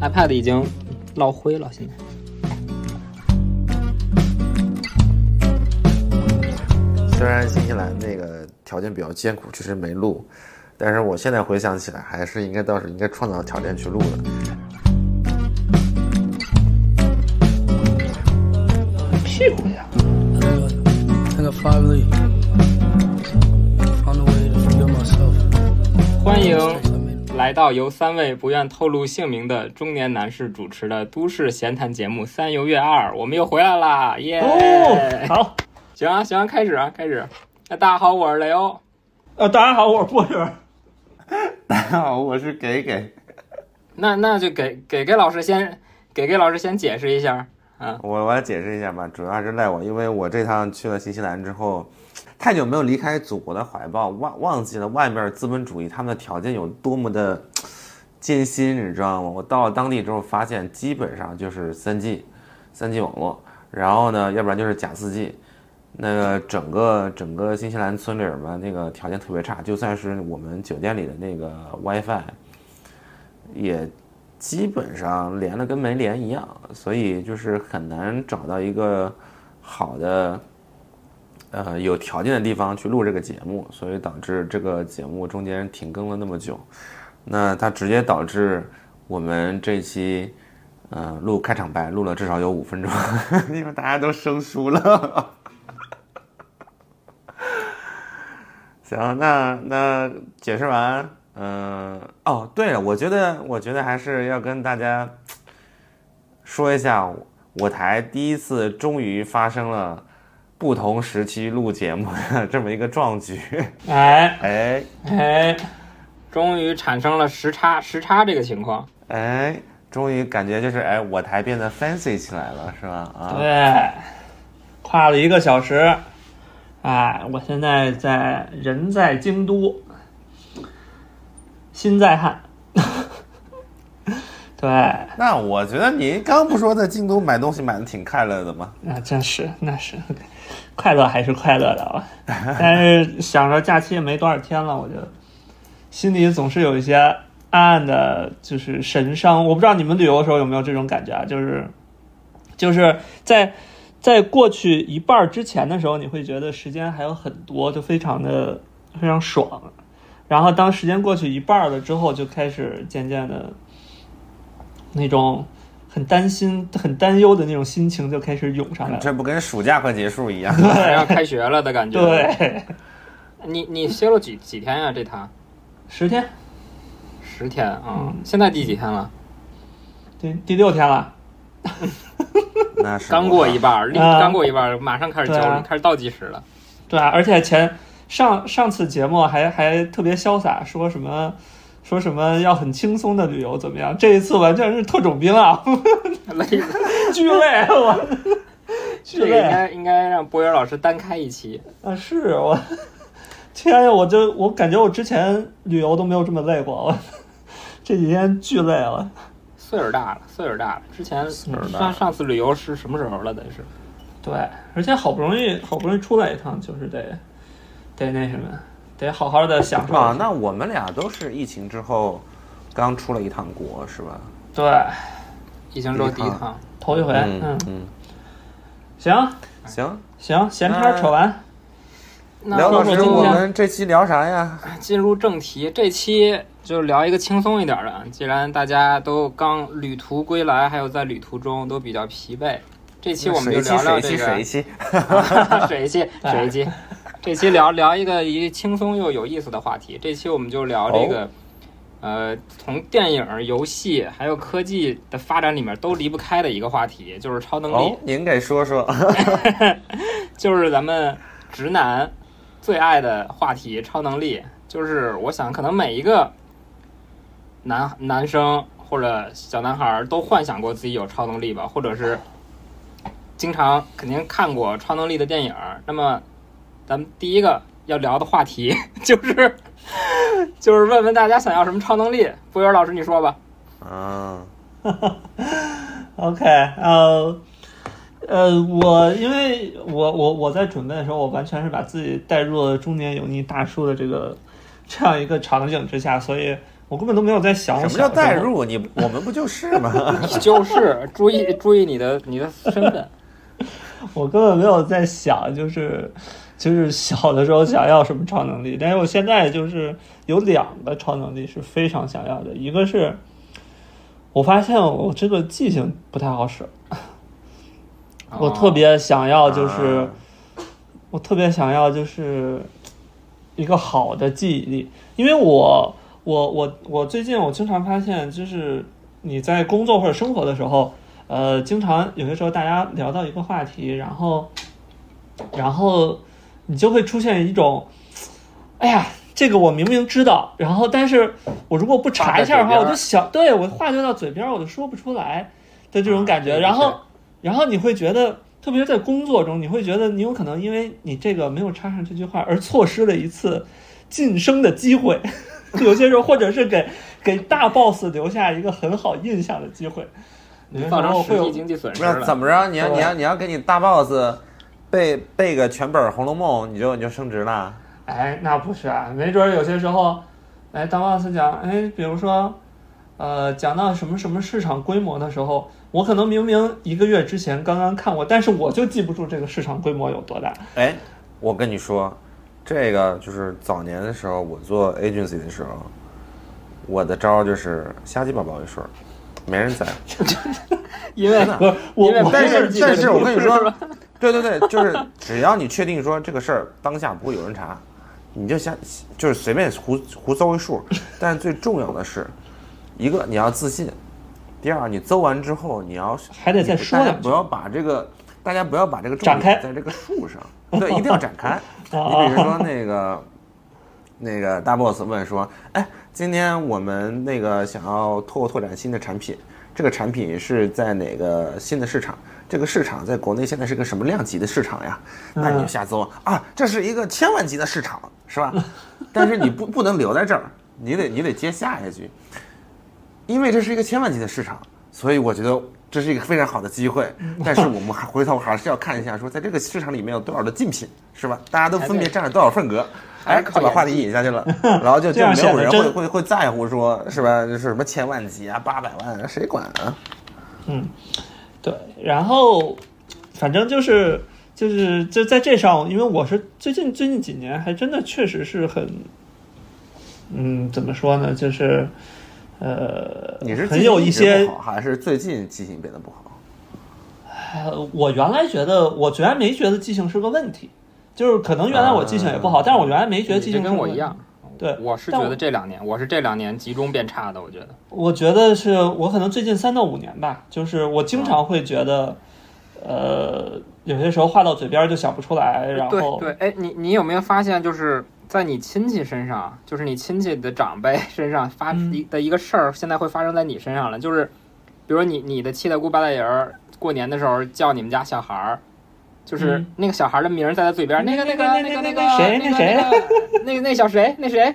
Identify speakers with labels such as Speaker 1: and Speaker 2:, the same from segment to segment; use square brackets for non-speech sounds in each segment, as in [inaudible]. Speaker 1: iPad 已经落灰了，现在。
Speaker 2: 虽然新西兰那个条件比较艰苦，确实没录，但是我现在回想起来，还是应该倒是应该创造条件去录的。
Speaker 1: 屁股呀！欢迎来到由三位不愿透露姓名的中年男士主持的都市闲谈节目《三游月二》，我们又回来啦！耶、呃
Speaker 3: 哦，好，
Speaker 1: 行啊，行啊，开始啊，开始。那大家好，我是雷欧。
Speaker 3: 呃，大家好，我是波儿。
Speaker 2: 大家好， [laughs] 我是给给。
Speaker 1: 那那就给给给老师先给给老师先解释一下。嗯，
Speaker 2: 我我来解释一下吧，主要还是赖我，因为我这趟去了新西兰之后，太久没有离开祖国的怀抱，忘忘记了外面资本主义他们的条件有多么的艰辛，你知道吗？我到了当地之后，发现基本上就是三 G，三 G 网络，然后呢，要不然就是假四 G。那个整个整个新西兰村里儿嘛，那个条件特别差，就算是我们酒店里的那个 WiFi，也基本上连了跟没连一样，所以就是很难找到一个好的，呃，有条件的地方去录这个节目，所以导致这个节目中间停更了那么久。那它直接导致我们这期，呃，录开场白录了至少有五分钟， [laughs] 因为大家都生疏了。 [laughs] 行，那那解释完，嗯、哦，对了，我觉得我觉得还是要跟大家说一下，我台第一次终于发生了不同时期录节目的 [laughs] 这么一个壮举，
Speaker 1: 哎
Speaker 2: 哎
Speaker 1: 哎，终于产生了时差时差这个情况。
Speaker 2: 哎，终于感觉就是哎，我台变得 fancy 起来了，是吧？啊，
Speaker 3: 对，跨了一个小时。哎，我现在在人在京都，心在汉。 [laughs] 对，啊，
Speaker 2: 那我觉得你刚不说在京都买东西买的挺快乐的
Speaker 1: [laughs]
Speaker 2: 吗？
Speaker 3: 真是那是，快乐还是快乐的啊。但是想着假期也没多少天了，我觉得心里总是有一些暗暗的，就是神伤。我不知道你们旅游的时候有没有这种感觉啊？就是，就是在在过去一半儿之前的时候，你会觉得时间还有很多，就非常的非常爽。然后当时间过去一半儿了之后，就开始渐渐的那种很担心、很担忧的那种心情就开始涌
Speaker 1: 嗯
Speaker 3: 上来了。
Speaker 2: 这不跟暑假快结束一样？
Speaker 1: 马 [laughs] 上要开学了的感觉。，
Speaker 3: 对，
Speaker 1: 你你歇了几几天呀、啊这趟
Speaker 3: 十天，
Speaker 1: 十天啊、
Speaker 3: 嗯
Speaker 1: 现在第几天了？
Speaker 3: 对，第六天了。
Speaker 2: 那是
Speaker 1: 刚过一半儿，立
Speaker 3: 啊
Speaker 1: 刚过一半儿，马上开始焦
Speaker 3: 对
Speaker 1: 虑，
Speaker 3: 啊
Speaker 1: 开始倒计时了。
Speaker 3: 对啊，而且前上上次节目还还特别潇洒，说什么说什么要很轻松的旅游怎么样？这一次完全是特种兵啊，
Speaker 1: [laughs]
Speaker 3: [laughs]
Speaker 1: 累死了，
Speaker 3: 聚会我聚
Speaker 1: 这个应
Speaker 3: 会
Speaker 1: 该应该让博源老师单开一期。
Speaker 3: 啊，是我天呀，我就我感觉我之前旅游都没有这么累过，我这几天巨累了。
Speaker 1: 岁数大了，岁数大了。之前
Speaker 2: 数大了
Speaker 1: 上上次旅游是什么时候了？得是
Speaker 3: 对，而且好不容易好不容易出来一趟，就是得得那什么，得好好的享受一下。
Speaker 2: 啊，那我们俩都是疫情之后刚出了一趟国，是吧？
Speaker 3: 对，
Speaker 1: 疫情之后第一
Speaker 2: 第一
Speaker 1: 趟。
Speaker 3: 头一回，
Speaker 1: 哎
Speaker 3: 嗯，
Speaker 2: 嗯，
Speaker 3: 行
Speaker 2: 行，
Speaker 3: 行，闲篇
Speaker 2: 嗯
Speaker 3: 儿扯完。
Speaker 1: 那
Speaker 2: 聊
Speaker 1: 我
Speaker 2: 老
Speaker 1: 们
Speaker 2: 师，
Speaker 1: 今
Speaker 2: 我
Speaker 1: 天
Speaker 2: 们这期聊啥呀？
Speaker 1: 进入正题，这期就聊一个轻松一点儿的啊。既然大家都刚旅途归来，还有在旅途中都比较疲惫，这期我们就
Speaker 2: 水
Speaker 1: 聊聊
Speaker 2: 一
Speaker 1: 这
Speaker 2: 期，水一期，
Speaker 1: 个
Speaker 2: 水
Speaker 1: [laughs] 水
Speaker 2: 一期。
Speaker 1: 一期，水一期。这期聊聊一个一轻松又有意思的话题。这期我们就聊这个，呃，从电影、游戏还有科技的发展里面都离不开的一个话题，就是超能力
Speaker 2: 哦，，您给说
Speaker 1: [laughs]
Speaker 2: 说。
Speaker 1: 就是咱们直男最爱的话题——超能力。就是我想，可能每一个男男生或者小男孩儿都幻想过自己有超能力吧，或者是经常肯定看过超能力的电影儿。那么，咱们第一个要聊的话题 [laughs] 就是就是问问大家想要什么超能力。服务员老师，你说
Speaker 3: [laughs]
Speaker 1: 吧。
Speaker 2: 嗯，
Speaker 3: OK，呃，呃，我因为我我我在准备的时候，我完全是把自己带入了中年油腻大叔的这个这样一个场景之下，所以我根本都没有在
Speaker 1: 哎
Speaker 3: 想我
Speaker 2: 什么叫
Speaker 3: 小时候
Speaker 2: 代入？你我们不就是
Speaker 1: [laughs]
Speaker 2: 吗？
Speaker 1: 就是注意注意你的你的身份，
Speaker 3: 我根本没有在想，就是就是小的时候想要什么超能力，但是我现在就是有两个超能力是非常想要的，一个是我发现我这个记性不太好使，我特别想要就是
Speaker 2: 啊
Speaker 3: 我特别想要就是一个好的记忆力，因为我我我我最近我经常发现，就是你在工作或者生活的时候，呃，经常有些时候大家聊到一个话题，然后然后你就会出现一种，哎呀。这个我明明知道，然后但是我如果不查一下的
Speaker 1: 话在
Speaker 3: 话，
Speaker 1: 嘴边
Speaker 3: 我就想，对我话就到嘴边儿，我就说不出来的这种感觉。
Speaker 1: 啊
Speaker 3: 然后
Speaker 1: 是
Speaker 3: 然后你会觉得，特别是在工作中，你会觉得你有可能因为你这个没有插上这句话而错失了一次晋升的机会， [laughs] 有些时候或者是给给大 boss 留下一个很好印象的机会，有些时
Speaker 1: 造成
Speaker 3: 候会
Speaker 1: 实
Speaker 3: 有
Speaker 1: 际经济损
Speaker 2: 不
Speaker 1: 失
Speaker 2: 是
Speaker 1: 了。
Speaker 2: 怎么着？你要
Speaker 3: 对
Speaker 2: 你要你要给你大 boss 背背个全本《红楼梦》，你就你就升职了。
Speaker 3: 哎，那不是啊，没准儿有些时候，哎，当 boss 讲，哎，比如说，呃，讲到什么什么市场规模的时候，我可能明明一个月之前刚刚看过，但是我就记不住这个市场规模有多大。
Speaker 2: 哎，我跟你说，这个就是早年的时候，我做 agency 的时候，我的招儿就是瞎鸡巴报一数，没人
Speaker 3: [laughs]
Speaker 2: 在乎。
Speaker 1: 因为
Speaker 3: 不是我，
Speaker 1: 因为
Speaker 3: 我
Speaker 2: 但
Speaker 1: 没
Speaker 2: 是
Speaker 1: 人记得
Speaker 2: 但是
Speaker 1: 住
Speaker 2: 我跟你
Speaker 1: 是
Speaker 2: 说
Speaker 1: 吧，
Speaker 2: 对对对，就是只要你确定说这个事儿当下不会有人查，你就瞎就是随便胡胡诌一数。但是最重要的是，一个你要自信，第二你诌完之后你要
Speaker 3: 还得再说
Speaker 2: 大家
Speaker 3: 两句
Speaker 2: 不要把这个大家不要把这个重
Speaker 3: 展
Speaker 2: 点
Speaker 3: 开
Speaker 2: 在这个数上，对，一定要展
Speaker 3: [laughs]
Speaker 2: 开。你
Speaker 3: 啊
Speaker 2: 比如说那个。那个大 boss 问说：“哎，今天我们那个想要拓拓展新的产品，这个产品是在哪个新的市场？这个市场在国内现在是个什么量级的市场呀？那你就瞎诌啊，这是一个千万级的市场，是吧？ [laughs] 但是你不不能留在这儿，你得你得接下一句，因为这是一个千万级的市场，所以我觉得。”这是一个非常好的机
Speaker 3: [laughs]
Speaker 2: 会，但是我们还回头还是要看一下，说在这个市场里面有多少的竞品，是吧？大家都分别占了多少份额，
Speaker 1: 还是
Speaker 2: 哎，
Speaker 1: 靠
Speaker 2: 就把话题引下去
Speaker 3: [laughs]
Speaker 2: 了，然后就
Speaker 3: 啊这
Speaker 2: 就
Speaker 3: 样
Speaker 2: 没有
Speaker 3: 显得
Speaker 2: 人会
Speaker 3: 真
Speaker 2: 会会在乎说是吧？就是什么千万级啊、八百万啊，谁管啊？
Speaker 3: 对，然后反正就是就是就在这上，因为我是最近最近几年还真的确实是很，嗯，怎么说呢，就是呃，
Speaker 2: 你是
Speaker 3: 很有一
Speaker 2: 记性直
Speaker 3: 些
Speaker 2: 不好，还是最近记性变得不好？
Speaker 3: 呃，我原来觉得，我原来没觉得记性是个问题，就是可能原来我记性也不好，
Speaker 2: 啊
Speaker 3: 但是我原来没觉得记
Speaker 1: 你这
Speaker 3: 性是
Speaker 1: 跟
Speaker 3: 个
Speaker 1: 我
Speaker 3: 问
Speaker 1: 一
Speaker 3: 题。
Speaker 1: 样，
Speaker 3: 对，
Speaker 1: [laughs] 我是
Speaker 3: 但
Speaker 1: 觉得这两年，我是这两年集中变差的，我觉得。
Speaker 3: 我觉得是我可能最近三到五年吧，就是我
Speaker 1: 啊
Speaker 3: 经常会觉得，呃，有些时候话到嘴边儿就想不出来，然后
Speaker 1: 对对，哎，你你有没有发现，就是在你亲戚身上，就是你亲戚的长辈身上发
Speaker 3: 嗯
Speaker 1: 一的一个事儿，现在会发生在你身上了，就是，比如说你你的七大姑八大姨儿过年的时候叫你们家小孩儿。就是
Speaker 3: 嗯
Speaker 1: 那个小孩儿的名儿在他嘴边儿，那个那
Speaker 3: 那个
Speaker 1: 个
Speaker 3: 那
Speaker 1: 那个
Speaker 3: 个那
Speaker 1: 那
Speaker 3: 个
Speaker 1: 个
Speaker 3: 谁
Speaker 1: 那
Speaker 3: 那
Speaker 1: 个
Speaker 3: 谁
Speaker 1: 那个那个那小谁那谁，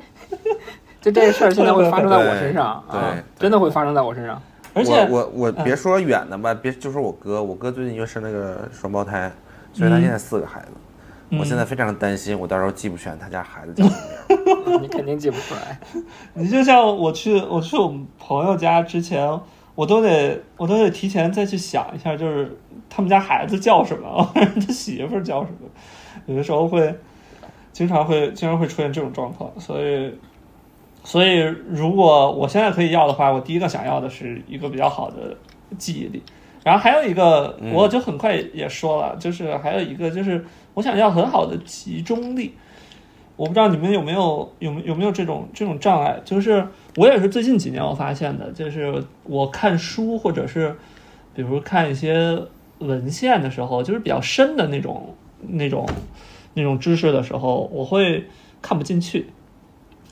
Speaker 1: [laughs] 就这个事儿现在会发生在我身上
Speaker 2: 对
Speaker 1: 啊
Speaker 2: 对，
Speaker 1: 真的会发生在我身上。
Speaker 3: 而且嗯
Speaker 2: 我我我别说远的吧，别就说我哥，我哥最近又生了个双胞胎，所以他
Speaker 3: 嗯
Speaker 2: 现在四个孩子。我现在非常担心，我到时候记不全他家孩子叫什么名儿。
Speaker 1: 你肯定记不出来。
Speaker 3: 你就像我去我去我们朋友家之前，我都得我都得提前再去想一下，就是他们家孩子叫什么， [laughs] 他媳妇儿叫什么，有的时候会经常会经常会出现这种状况，所以所以如果我现在可以要的话，我第一个想要的是一个比较好的记忆力。然后还有一个，
Speaker 2: 嗯
Speaker 3: 我就很快也说了，就是还有一个就是我想要很好的集中力，我不知道你们有没有有没有没有这种这种障碍，就是我也是最近几年我发现的，就是我看书或者是比如看一些文献的时候，就是比较深的那种那种那种知识的时候，我会看不进去，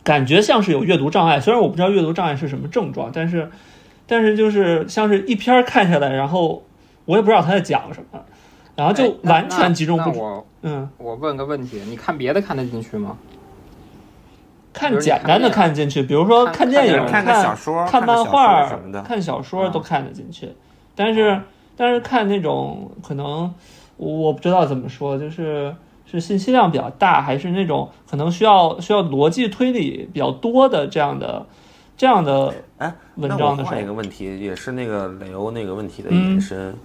Speaker 3: 感觉像是有阅读障碍。虽然我不知道阅读障碍是什么症状，但是但是就是像是一篇儿看下来，然后我也不知道他在讲什么，然
Speaker 1: 哎
Speaker 3: 后啊就
Speaker 1: 那
Speaker 3: 完
Speaker 1: 那
Speaker 3: 全集中
Speaker 1: 那
Speaker 3: 不住。
Speaker 1: 我
Speaker 3: 嗯，
Speaker 1: 我问个问题，你看别的看得进去吗？
Speaker 3: 看简单的看得进去，比如说
Speaker 1: 看
Speaker 3: 看电影、
Speaker 2: 看
Speaker 3: 看
Speaker 2: 个小说看
Speaker 3: 看
Speaker 2: 个
Speaker 3: 漫
Speaker 2: 小
Speaker 3: 画
Speaker 2: 说什么的嗯
Speaker 3: 看小说都看得进去，但是但是看那种可能我我不知道怎么说，就是是信息量比较大，还是那种可能需要需要逻辑推理比较多的这样的这样的
Speaker 2: 哎，
Speaker 3: 文
Speaker 2: 那
Speaker 3: 章
Speaker 2: 我
Speaker 3: 的时
Speaker 2: 换一
Speaker 3: 候，
Speaker 2: 个问题，也是那个雷欧那个问题的
Speaker 3: 嗯
Speaker 2: 延伸。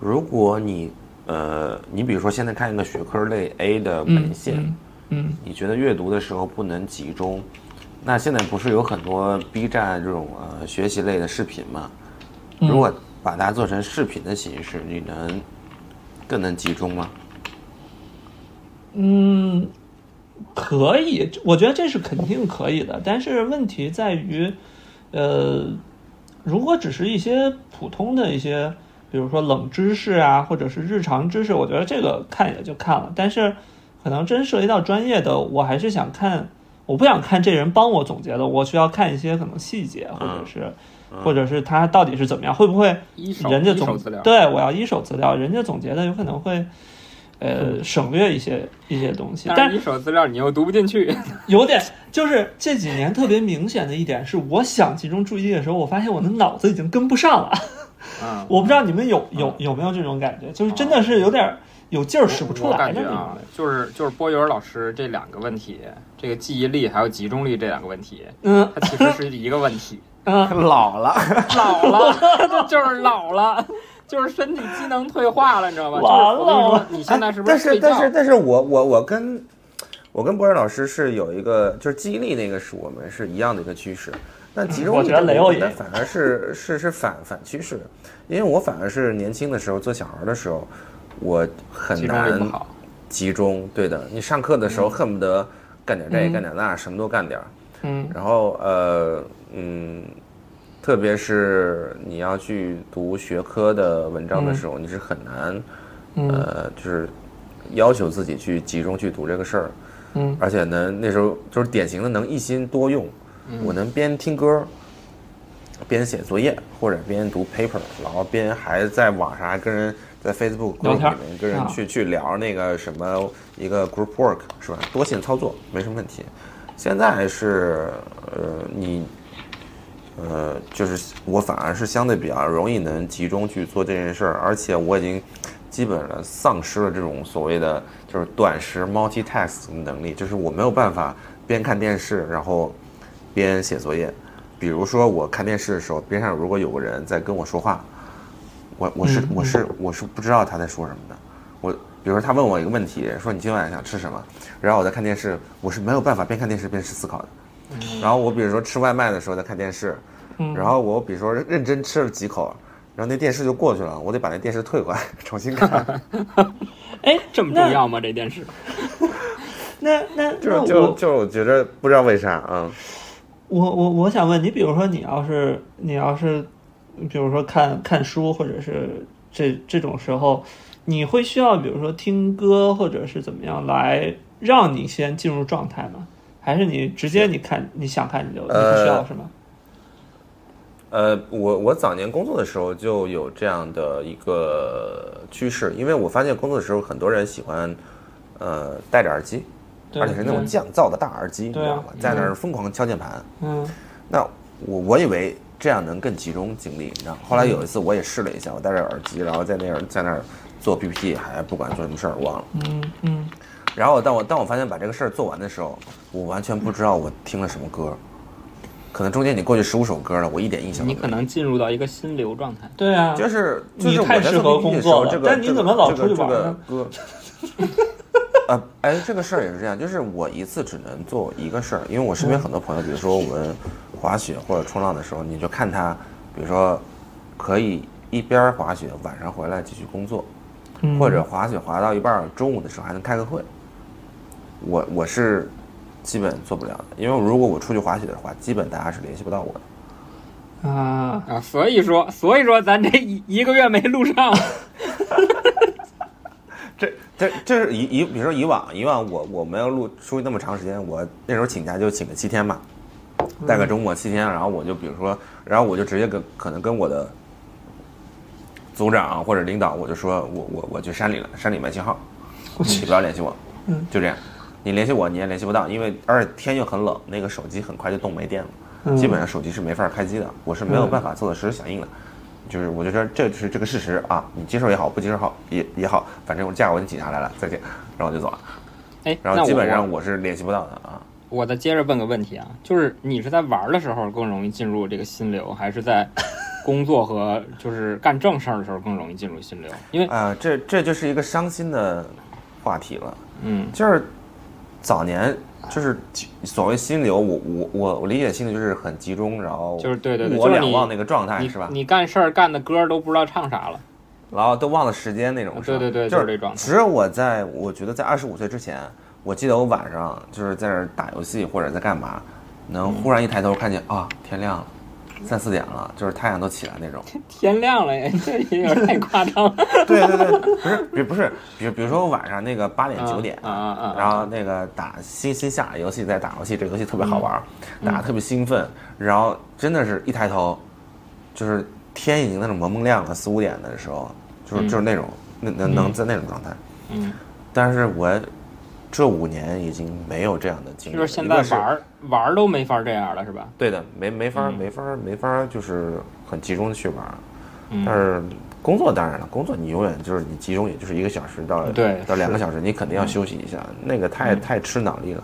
Speaker 2: 如果你呃，你比如说现在看一个学科类 A 的文
Speaker 3: 嗯
Speaker 2: 献，
Speaker 3: 嗯嗯
Speaker 2: 你觉得阅读的时候不能集中，那现在不是有很多 B 站这种呃学习类的视频嘛？
Speaker 3: 嗯
Speaker 2: 如果把它做成视频的形式，你能更能集中吗？
Speaker 3: 嗯，可以，我觉得这是肯定可以的，但是问题在于，呃，如果只是一些普通的一些，比如说冷知识啊，或者是日常知识，我觉得这个看也就看了，但是可能真涉及到专业的，我还是想看，我不想看这人帮我总结的，我需要看一些可能细节，
Speaker 1: 嗯
Speaker 3: 或者是。或者是他到底是怎么样？会不会
Speaker 1: 一手
Speaker 3: 人家
Speaker 1: 一手
Speaker 3: 总
Speaker 1: 资料
Speaker 3: 对我要一手资料，人家总结的有可能会
Speaker 1: 嗯
Speaker 3: 呃省略一些一些东西，
Speaker 1: 但
Speaker 3: 但
Speaker 1: 是一手资料你又读不进 [laughs] 去，
Speaker 3: 有点就是这几年特别明显的一点是，我想集中注意力的时候，我发现我的脑子已经跟不上了。 [laughs]
Speaker 1: 嗯，
Speaker 3: 我不知道你们有有有没有这种感觉，就是真的是有点有劲儿使不出
Speaker 1: 我
Speaker 3: 来
Speaker 1: 感
Speaker 3: 的
Speaker 1: 觉
Speaker 3: 那
Speaker 1: 啊
Speaker 3: 种。，
Speaker 1: 就是就是波云老师这两个问题，这个记忆力还有集中力这两个问题，
Speaker 3: 嗯
Speaker 1: 它其实是一个问 [laughs] 题。
Speaker 3: 嗯，
Speaker 2: [laughs] 老了，
Speaker 1: [laughs] 老了，就是老了，就是身体机能退化了，你知道吧？就是
Speaker 3: 完了
Speaker 1: 我跟你说，你现在是不
Speaker 2: 哎但
Speaker 1: 睡
Speaker 2: 是
Speaker 1: 觉？
Speaker 2: 但是但是我我我跟我跟博然老师是有一个，就是记忆力那个是我们是一样的一个趋势，但集中
Speaker 3: 我
Speaker 2: 力
Speaker 3: 觉得雷欧也
Speaker 2: 但反而是是是反反趋势，因为我反而是年轻的时候做小孩的时候，我很
Speaker 1: 集中力
Speaker 2: 难
Speaker 1: 不好，
Speaker 2: 集中，对的，你上课的时候恨不得干点这干点那，什么都干点儿，
Speaker 3: 嗯，
Speaker 2: 然后呃嗯。特别是你要去读学科的文章的时候，你是很难
Speaker 3: 嗯
Speaker 2: 呃，就是要求自己去集中去读这个事儿，
Speaker 3: 嗯，
Speaker 2: 而且呢，那时候就是典型的能一心多用，
Speaker 3: 嗯
Speaker 2: 我能边听歌，边写作业或者边读 paper，然后边还在网上还跟人在 Facebook
Speaker 3: 聊
Speaker 2: group 里
Speaker 3: 天儿
Speaker 2: 面跟人
Speaker 3: 啊
Speaker 2: 去去聊那个什么一个 group work 是吧？多线操作没什么问题。现在是呃你。呃，就是我反而是相对比较容易能集中去做这件事儿，而且我已经基本上丧失了这种所谓的就是短时 multitask 的能力，就是我没有办法边看电视然后边写作业。比如说我看电视的时候，边上如果有个人在跟我说话，我我是
Speaker 3: 嗯
Speaker 2: 我是我是不知道他在说什么的。我比如说他问我一个问题，说你今晚想吃什么，然后我在看电视，我是没有办法边看电视边思考的。
Speaker 3: 嗯
Speaker 2: 然后我比如说吃外卖的时候在看电视，然后我比如说认真吃了几口，然后那电视就过去了，我得把那电视退回来 [laughs] 重新
Speaker 3: [laughs]
Speaker 2: 看。
Speaker 3: 哎，
Speaker 1: 这么重要吗？这件事？
Speaker 3: 那那
Speaker 2: 就
Speaker 3: 那
Speaker 2: 是就
Speaker 3: 我
Speaker 2: 就是我觉着不知道为啥啊，
Speaker 3: 我我我想问你，比如说你要是你要是，比如说看看书或者是这这种时候，你会需要比如说听歌或者是怎么样来让你先进入状态吗？还是你直接你看你想看你就你不需要
Speaker 2: 呃
Speaker 3: 是吗？
Speaker 2: 呃，我我早年工作的时候就有这样的一个趋势，因为我发现工作的时候很多人喜欢，呃，戴着耳机，
Speaker 3: 对
Speaker 2: 而且是那种降噪的大耳机，你知
Speaker 3: 对
Speaker 2: 道
Speaker 3: 啊
Speaker 2: 吗？在那儿疯狂敲键盘。
Speaker 3: 嗯
Speaker 2: 那我我以为这样能更集中精力，你知道吗？后来有一次我也试了一下，我戴着耳机，然后在那儿在那儿做 PPT，还不管做什么事儿，忘了。
Speaker 3: 嗯嗯
Speaker 2: 然后当我当我发现把这个事儿做完的时候，我完全不知道我听了什么歌，可能中间你过去十五首歌了，我一点印象
Speaker 1: 你
Speaker 2: 都没
Speaker 1: 可
Speaker 2: 有。
Speaker 1: 能进入到一个心流状态。
Speaker 3: 对啊，
Speaker 2: 就是就是
Speaker 3: 你
Speaker 2: 我
Speaker 3: 太
Speaker 2: 在
Speaker 3: 适
Speaker 2: 做
Speaker 3: 合
Speaker 2: PPT
Speaker 3: 工
Speaker 2: 的时候，
Speaker 3: 作了
Speaker 2: 这个
Speaker 3: 但你
Speaker 2: 这个
Speaker 3: 怎么老
Speaker 2: 这个
Speaker 3: 出去玩
Speaker 2: 这个
Speaker 3: 呢
Speaker 2: 歌？ [laughs] 呃，哎，这个事儿也是这样，就是我一次只能做一个事儿，因为我身边
Speaker 3: 嗯
Speaker 2: 很多朋友，比如说我们滑雪或者冲浪的时候，你就看他，比如说可以一边儿滑雪，晚上回来继续工作，
Speaker 3: 嗯
Speaker 2: 或者滑雪滑到一半儿，中午的时候还能开个会。我我是基本做不了的，因为如果我出去滑雪的话，基本大家是联系不到我的。
Speaker 3: 啊，
Speaker 1: 啊，所以说，所以说咱这一一个月没录上，
Speaker 2: 这这这是以以，比如说以往以往我我没有录出去那么长时间，我那时候请假就请个七天嘛，带个周末七天，然后我就比如说，然后我就直接跟可能跟我的组长啊或者领导，我就说我我我去山里了，山里卖信号，你不要联系我，
Speaker 3: 嗯
Speaker 2: 就这样，你联系我你也联系不到，因为而且天又很冷，那个手机很快就冻没电了。
Speaker 3: 嗯
Speaker 2: 基本上手机是没法开机的，我是没
Speaker 1: 嗯
Speaker 2: 有办法做到实时响应的。就是我就说这就是这个事实啊，你接受也好，不接受好也也好，反正我假我就请下来了，再见，然后我就走了。
Speaker 1: 哎，
Speaker 2: 然
Speaker 1: 那
Speaker 2: 后
Speaker 1: 我
Speaker 2: 基本上我是联系不到的啊。
Speaker 1: 我再接着问个问题啊，就是你是在玩的时候更容易进入这个心流，还是
Speaker 2: [laughs]
Speaker 1: 在工作和就是干正事儿的时候更容易进入心流？因为
Speaker 2: 啊、这这就是一个伤心的话题了。
Speaker 1: 嗯
Speaker 2: 就是早年就是所谓心流，我我我我理解心流就是很集中，然后
Speaker 1: 就是对对对
Speaker 2: 我
Speaker 1: 就是
Speaker 2: 两
Speaker 1: 你
Speaker 2: 忘那个状态
Speaker 1: 你
Speaker 2: 是吧？
Speaker 1: 你干事儿干的歌都不知道唱啥了，
Speaker 2: 然后都忘了时间那种，是吧
Speaker 1: 啊对对对
Speaker 2: 就
Speaker 1: 就是这状态
Speaker 2: 只有我在，我觉得在二十五岁之前，我记得我晚上就是在那儿打游戏或者在干嘛，能忽然一抬头看见啊，天亮了，三四点了，就是太阳都起来那种。
Speaker 1: 天亮了，哎这也 [laughs] 有点太夸张了。
Speaker 2: 对对对，不是，比不是，比如比如说我晚上那个八点 [laughs] 九点，
Speaker 1: 啊啊啊啊
Speaker 2: 然后那个打新新下的游戏，在打游戏，这个游戏特别好玩儿，
Speaker 1: 嗯
Speaker 2: 打得特别兴奋，然后真的是一抬头，就是天已经那种蒙蒙亮了，四五点的时候，就是就是那种那能能在那种状态，
Speaker 1: 嗯，
Speaker 2: 但是我这五年已经没有这样的经历
Speaker 1: 就
Speaker 2: 了，
Speaker 1: 是现在
Speaker 2: 一个是
Speaker 1: 玩儿玩儿都没法这样了，是吧？
Speaker 2: 对的，没没法儿
Speaker 1: 嗯
Speaker 2: 没法儿没法儿就是很集中的去玩儿，
Speaker 1: 嗯
Speaker 2: 但是工作当然了，工作你永远就是你集中也就是一个小时到
Speaker 1: 对嗯
Speaker 2: 到两个小时，你肯定要休息一下，那个太太吃脑力了。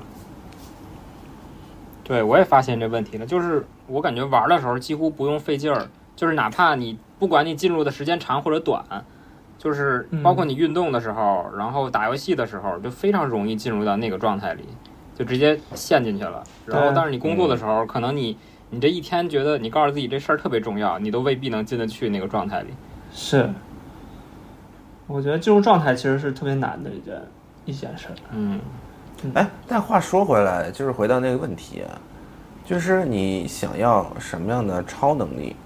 Speaker 1: 对，我也发现这问题了，就是我感觉玩儿的时候几乎不用费劲儿，就是哪怕你不管你进入的时间长或者短，就是包括你运动的时候，然后打游戏的时候，就非常容易进入到那个状态里，就直接陷进去了。然后，
Speaker 3: 对
Speaker 1: 但是你工作的时候，可能你你这一天觉得你告诉自己这事儿特别重要，你都未必能进得去那个状态里。
Speaker 3: 是，我觉得进入状态其实是特别难的一件一件事儿。
Speaker 1: 嗯
Speaker 2: 哎，但话说回来，就是回到那个问题啊，就是你想要什么样的超能力？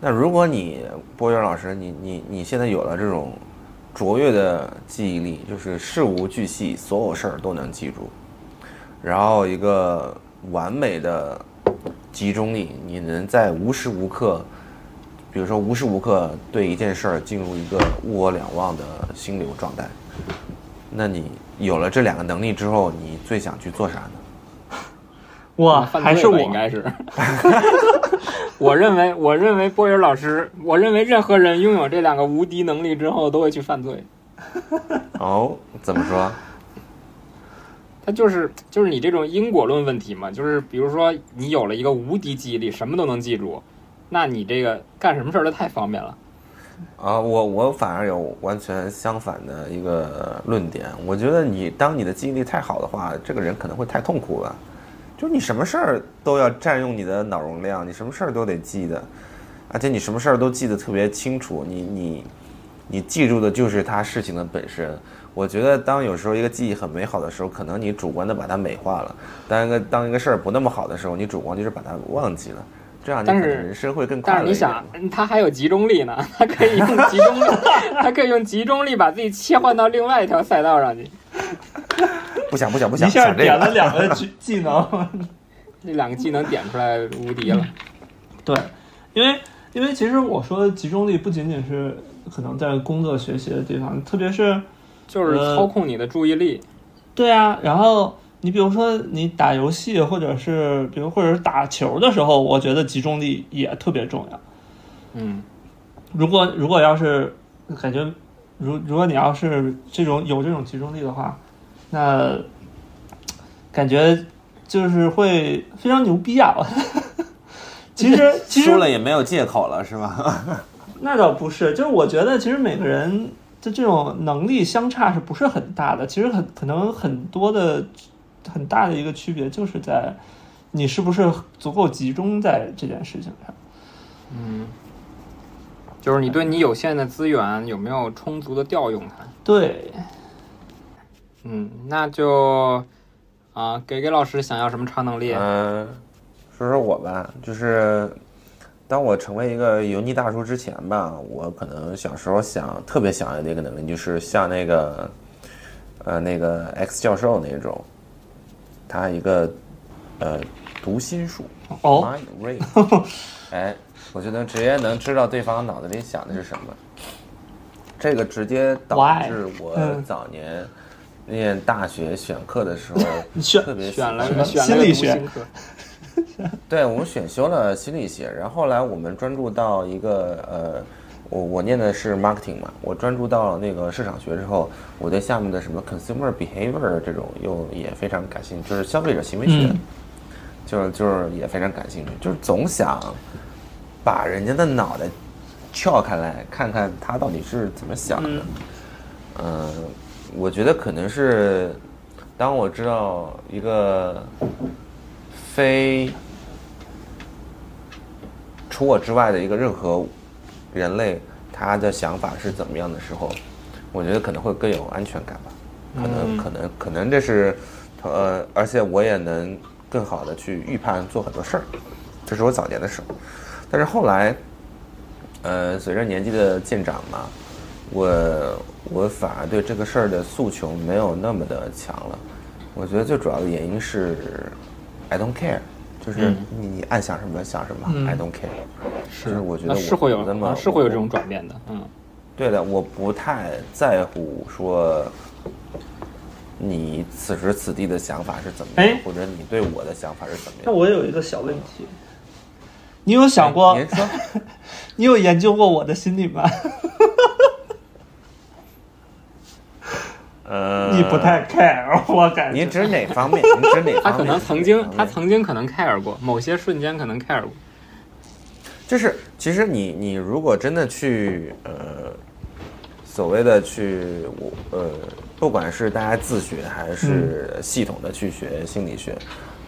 Speaker 2: 那如果你波源老师，你你你现在有了这种卓越的记忆力，就是事无巨细，所有事儿都能记住，然后一个完美的集中力，你能在无时无刻，比如说无时无刻对一件事儿进入一个物我两忘的心流状态。那你有了这两个能力之后，你最想去做啥呢？
Speaker 3: 哇，
Speaker 1: 犯罪
Speaker 3: 还是
Speaker 1: 吧
Speaker 3: 我
Speaker 1: 应该是。 [laughs] 我认为，我认为波云老师，我认为任何人拥有这两个无敌能力之后，都会去犯罪。
Speaker 2: 哦，怎么说？
Speaker 1: 他就是就是你这种因果论问题嘛，就是比如说你有了一个无敌记忆力，什么都能记住，那你这个干什么事儿都太方便了。
Speaker 2: 啊，我我反而有完全相反的一个论点。我觉得你当你的记忆力太好的话，这个人可能会太痛苦了。就是你什么事儿都要占用你的脑容量，你什么事儿都得记得，而且你什么事儿都记得特别清楚。你你你记住的就是它事情的本身。我觉得当有时候一个记忆很美好的时候，可能你主观的把它美化了；当一个当一个事儿不那么好的时候，你主观就是把它忘记了。这样你可
Speaker 1: 但
Speaker 2: 能
Speaker 1: 是
Speaker 2: 人生会更快
Speaker 1: 但是
Speaker 2: 乐一
Speaker 1: 你
Speaker 2: 点
Speaker 1: 想，他还有集中力呢，他可以用集中力， [laughs] 他可以用集中力把自己切换到另外一条赛道上去。
Speaker 2: 不想不想不想
Speaker 3: 一下
Speaker 2: 想这
Speaker 3: 点
Speaker 2: 个
Speaker 3: 了两个
Speaker 2: [laughs]
Speaker 3: 技技能。
Speaker 1: 这两个技能点出来无敌
Speaker 2: [laughs]
Speaker 1: 了。
Speaker 3: 对，因为因为其实我说的集中力不仅仅是可能在工作学习的地方，特别是
Speaker 1: 就是
Speaker 2: 呃
Speaker 1: 操控你的注意力，
Speaker 3: 对啊，然后你比如说你打游戏，或者是比如或者是打球的时候，我觉得集中力也特别重要。
Speaker 1: 嗯，
Speaker 3: 如果如果要是感觉，如如果你要是这种有这种集中力的话，那感觉就是会非常牛逼啊！ [laughs] 其实
Speaker 2: [laughs]
Speaker 3: 其实
Speaker 2: 输了也没有借口了，是吧？
Speaker 3: 那倒不是，就是我觉得其实每个人的这种能力相差是不是很大的？其实很可能很多的很大的一个区别就是在你是不是足够集中在这件事情上。
Speaker 1: 就是你对你有限的资源有没有充足的调用它？
Speaker 3: 对，
Speaker 1: 嗯，那就啊，给给老师想要什么超能
Speaker 3: 呃
Speaker 1: 力？
Speaker 2: 嗯，说说我吧，就是当我成为一个油腻大叔之前吧，我可能小时候想特别想要的一个能力，就是像那个呃那个 X 教授那种，他一个呃读心术
Speaker 3: 哦，
Speaker 2: mind read，哎，我就能直接能知道对方脑子里想的是什么。这个直接导
Speaker 3: Why？
Speaker 2: 致我
Speaker 3: 嗯
Speaker 2: 早年念大学选课的时候
Speaker 3: 你选
Speaker 2: 特别喜
Speaker 1: 选了
Speaker 2: 欢
Speaker 1: 选了
Speaker 3: 心
Speaker 1: 个
Speaker 3: 理
Speaker 1: 读
Speaker 3: 学
Speaker 1: 心科，
Speaker 2: 对，我们选修了心理学，然后后来我们专注到一个呃，我我念的是 marketing 嘛，我专注到了那个市场学之后，我对下面的什么 consumer behavior 这种又也非常感兴趣，就是消费者行为学，
Speaker 3: 嗯
Speaker 2: 就是就是也非常感兴趣，就是总想把人家的脑袋撬开来，看看他到底是怎么想的。
Speaker 3: 嗯
Speaker 2: 嗯，我觉得可能是当我知道一个非除我之外的一个任何人类他的想法是怎么样的时候，我觉得可能会更有安全感吧。可
Speaker 1: 嗯
Speaker 2: 能可能可能这是呃，而且我也能更好的去预判做很多事儿，这是我早年的时候。但是后来，呃，随着年纪的渐长嘛，我我反而对这个事儿的诉求没有那么的强了。我觉得最主要的原因是，I don't care，就是你你爱想什么想什么、
Speaker 3: 嗯
Speaker 2: i don't care。就是我觉
Speaker 1: 那
Speaker 2: 得我
Speaker 1: 嗯是会有
Speaker 2: 那么
Speaker 1: 啊是会有这种转变的，嗯
Speaker 2: 对的，我不太在乎说你此时此地的想法是怎么样
Speaker 3: 哎，
Speaker 2: 或者你对我的想法是怎么
Speaker 3: 那
Speaker 2: 样。
Speaker 3: 我有一个小问题，你有想过
Speaker 2: 您说，
Speaker 3: 你有研究过我的心理吗？
Speaker 2: 呃，
Speaker 3: [laughs] [laughs] 你不太 care，我 [laughs] 感觉。
Speaker 2: 您指哪方面？您指哪方面？
Speaker 1: 他可能曾经他
Speaker 2: 曾
Speaker 1: 曾经可能 care 过，某些瞬间可能 care 过，
Speaker 2: 就是其实你你如果真的去呃，所谓的去我呃，不管是大家自学还是系统的去学心理学，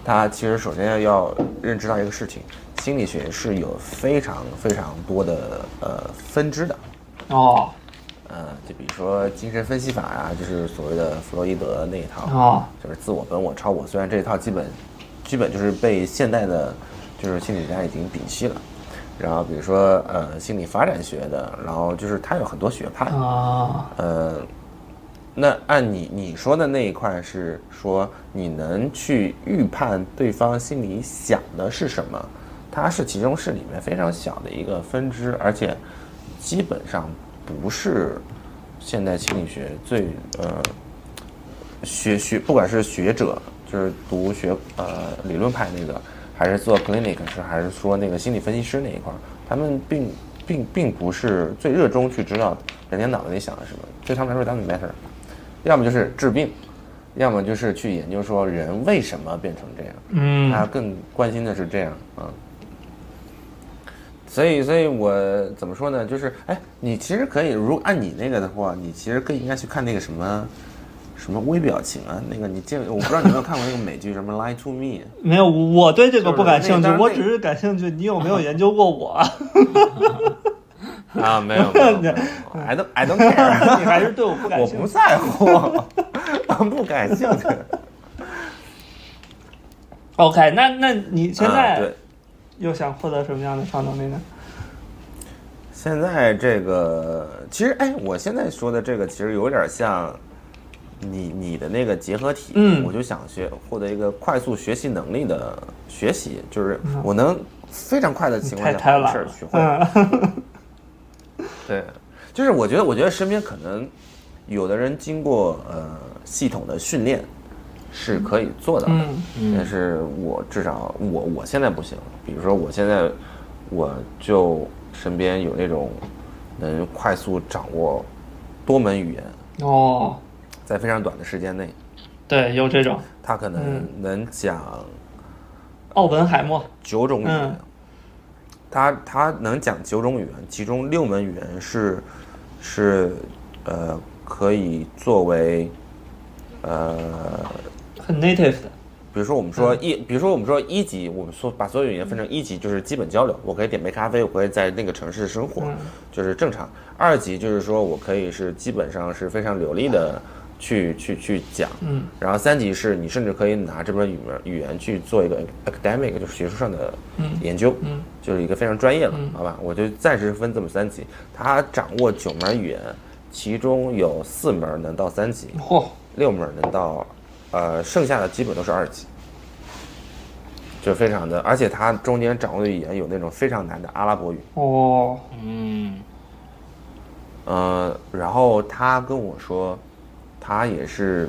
Speaker 2: 它其实首先要要认知到一个事情，心理学是有非常非常多的呃分支的。
Speaker 3: 哦
Speaker 2: 呃，就比如说精神分析法啊，就是所谓的弗洛伊德那一套，
Speaker 3: 哦，
Speaker 2: 就是自我、本我、超我。虽然这一套基本基本就是被现代的，就是心理学家已经摒弃了。然后比如说呃心理发展学的，然后就是它有很多学派。
Speaker 3: 啊，
Speaker 2: 呃，那按你你说的那一块是说你能去预判对方心里想的是什么，它是其中是里面非常小的一个分支，而且基本上不是现代心理学最呃学学，不管是学者就是读学呃理论派那个，还是做 clinic 是还是说那个心理分析师那一块儿，他们并并并不是最热衷去知道人家脑子里想的什么，对他们来说 doesn't matter，要么就是治病，要么就是去研究说人为什么变成这样，他
Speaker 3: 嗯，
Speaker 2: 更关心的是这样啊。所以，所以我怎么说呢？就是，哎，你其实可以，如按你那个的话，你其实更应该去看那个什么，什么微表情啊，那个你见，我不知道你有没有看过那个美剧什么《Lie to Me》。
Speaker 3: 没有，我对这个不感兴趣
Speaker 2: 就是那，
Speaker 3: 我
Speaker 2: 那
Speaker 3: 只是感兴趣你有没有研究过我， [laughs]
Speaker 2: 啊，没有没有没有 [laughs] ，I don't I don't
Speaker 3: 你
Speaker 2: [laughs] care，
Speaker 3: 还是对我不感
Speaker 2: 我
Speaker 3: 兴
Speaker 2: 不
Speaker 3: 趣。
Speaker 2: 在乎， [laughs] 我不感兴趣。
Speaker 3: OK，那那你现
Speaker 2: 啊、
Speaker 3: 在
Speaker 2: 对，
Speaker 3: 又想获得什么样的超能力呢？
Speaker 2: 现在这个其实哎，我现在说的这个其实有点像你你的那个结合体，
Speaker 3: 嗯
Speaker 2: 我就想学获得一个快速学习能力的学习，就是我能非常快的情况
Speaker 3: 嗯
Speaker 2: 下
Speaker 3: 太贪
Speaker 2: 把
Speaker 3: 婪
Speaker 2: 事儿
Speaker 3: 了
Speaker 2: 学，会。
Speaker 3: 嗯，
Speaker 2: 对，就是我觉得，我觉得身边可能有的人经过呃系统的训练是可以做到的，
Speaker 3: 嗯
Speaker 2: 但是我至少我我现在不行。比如说我现在我就身边有那种能快速掌握多门语言，
Speaker 3: 哦，
Speaker 2: 在非常短的时间内，
Speaker 3: 对，有这种
Speaker 2: 他可能
Speaker 3: 嗯
Speaker 2: 能讲
Speaker 3: 奥本海默，
Speaker 2: 九种语言。
Speaker 3: 嗯
Speaker 2: 他他能讲九种语言，其中六门语言是是呃可以作为呃，
Speaker 3: 很 native 的，
Speaker 2: 比如说我们
Speaker 3: 嗯
Speaker 2: 说一，比如说我们说一级，我们说把所有语言分成一级就是基本交流，我可以点杯咖啡，我可以在那个城市生活，
Speaker 3: 嗯
Speaker 2: 就是正常。二级就是说我可以是基本上是非常流利的去去去讲，
Speaker 3: 嗯
Speaker 2: 然后三级是你甚至可以拿这门语言语言去做一个 academic，就是学术上的
Speaker 3: 嗯
Speaker 2: 研究，
Speaker 3: 嗯
Speaker 2: 就是一个非常专业了，
Speaker 3: 嗯
Speaker 2: 好吧？我就暂时分这么三级。他掌握九门语言，其中有四门能到三级，
Speaker 3: 嚯，
Speaker 2: 六门能到，呃，剩下的基本都是二级，就非常的。而且他中间掌握的语言有那种非常难的阿拉伯语，
Speaker 3: 哦，
Speaker 1: 嗯
Speaker 2: 呃，然后他跟我说，他也是，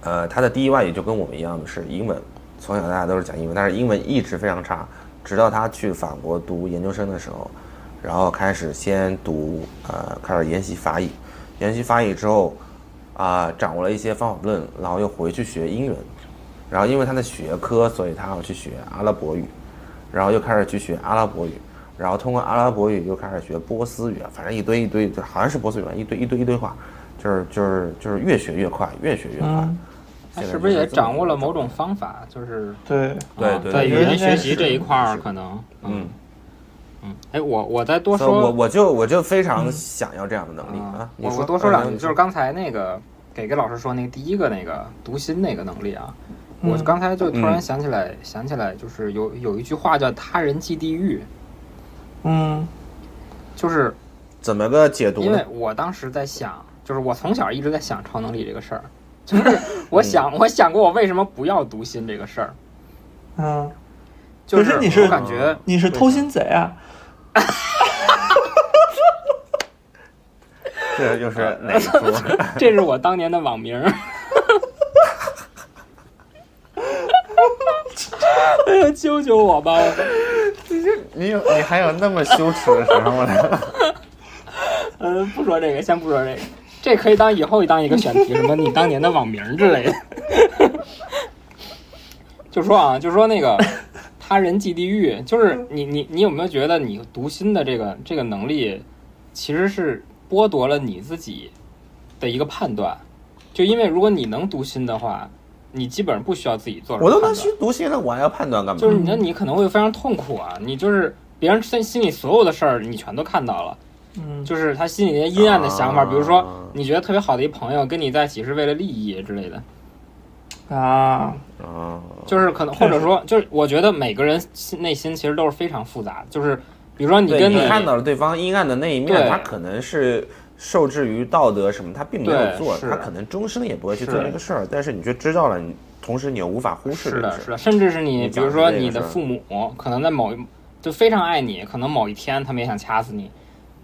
Speaker 2: 呃，他的第一外语就跟我们一样的是英文，从小到大都是讲英文，但是英文一直非常差，直到他去法国读研究生的时候，然后开始先读呃，开始研习法语，研习法语之后啊、掌握了一些方法论，然后又回去学英文，然后因为他的学科，所以他要去学阿拉伯语，然后又开始去学阿拉伯语，然后通过阿拉伯语又开始学波斯语，啊反正一堆一堆，就好像是波斯语吧，一堆一堆一堆话，就是就是就是越学越快，越学越快。
Speaker 3: 嗯
Speaker 1: 他
Speaker 2: 现在
Speaker 1: 是不是
Speaker 2: 就
Speaker 1: 也
Speaker 2: 这么
Speaker 1: 掌握了某种方法？就是
Speaker 3: 对，
Speaker 2: 对
Speaker 1: 啊
Speaker 2: 对
Speaker 1: 在
Speaker 2: 对
Speaker 1: 语
Speaker 2: 应该
Speaker 1: 言学习
Speaker 2: 是
Speaker 1: 这一块儿，
Speaker 2: 是
Speaker 1: 可能
Speaker 2: 嗯
Speaker 1: 嗯嗯，哎，我我再多
Speaker 2: 所以我
Speaker 1: 说，嗯
Speaker 2: 我就我就非常想要这样的能力、
Speaker 1: 啊
Speaker 2: 啊！你
Speaker 1: 我
Speaker 2: 说
Speaker 1: 我多说两
Speaker 2: 嗯
Speaker 1: 句，
Speaker 2: 你
Speaker 1: 就是刚才那个给给老师说那个第一个那个读心那个能力啊，
Speaker 3: 嗯
Speaker 1: 我刚才就突然
Speaker 2: 嗯
Speaker 1: 想起来，想起来就是有有一句话叫“他人即地狱
Speaker 3: 嗯”，
Speaker 1: 就是
Speaker 2: 怎么个解读
Speaker 1: 因
Speaker 2: 呢
Speaker 1: 为？我当时在想，就是我从小一直在想超能力这个事儿，就是 [laughs] 我想我想过我为什么不要读心这个事儿，
Speaker 3: 嗯，
Speaker 1: 就
Speaker 3: 不是你是
Speaker 1: 我感觉
Speaker 3: 你是偷心贼啊？
Speaker 2: 这又是
Speaker 1: [laughs]
Speaker 2: 哪一出？
Speaker 1: 这是我当年的网名儿。 [laughs] 哎呀，救救我吧！
Speaker 2: 你有你还有那么羞耻的时候呢？
Speaker 1: 嗯、不说这个，先不说这个，这可以当以后当一个选题，什么你当年的网名儿之类的。 [laughs] 就说啊，就说那
Speaker 2: [laughs]
Speaker 1: 个他人即地狱，就是你你你有没有觉得你读心的这个这个能力，其实是剥夺了你自己的一个判断？就因为如果你能读心的话，你基本上不需要自己做什么
Speaker 2: [laughs] 我都
Speaker 1: 判断
Speaker 2: 能去读心了，我还要判断干嘛？
Speaker 1: 就是你的你可能会非常痛苦啊，你就是别人心心里所有的事儿你全都看到了，
Speaker 3: 嗯，
Speaker 1: 就是他心里那些阴暗的想法，
Speaker 2: 啊
Speaker 1: 比如说你觉得特别好的一朋友跟你在一起是为了利益之类的，
Speaker 3: 啊，
Speaker 2: 啊，
Speaker 1: 就是可能或者说就是我觉得每个人心内心其实都是非常复杂的，就是比如说你
Speaker 2: 对
Speaker 1: 跟
Speaker 2: 你
Speaker 1: 你
Speaker 2: 看到了对方阴暗的那一面，
Speaker 1: 对
Speaker 2: 他可能是受制于道德什么，他并没有
Speaker 1: 对
Speaker 2: 做，
Speaker 1: 是
Speaker 2: 他可能终生也不会去做
Speaker 1: 是
Speaker 2: 这个事儿，但是你却知道了，你同时你又无法忽视
Speaker 1: 是
Speaker 2: 这个
Speaker 1: 的，
Speaker 2: 事
Speaker 1: 是的，甚至是你
Speaker 2: 你
Speaker 1: 比
Speaker 2: 讲
Speaker 1: 如
Speaker 2: 的
Speaker 1: 说
Speaker 2: 这个
Speaker 1: 你的
Speaker 2: 事儿
Speaker 1: 父母可能在某一就非常爱你，可能某一天他们也想掐死你，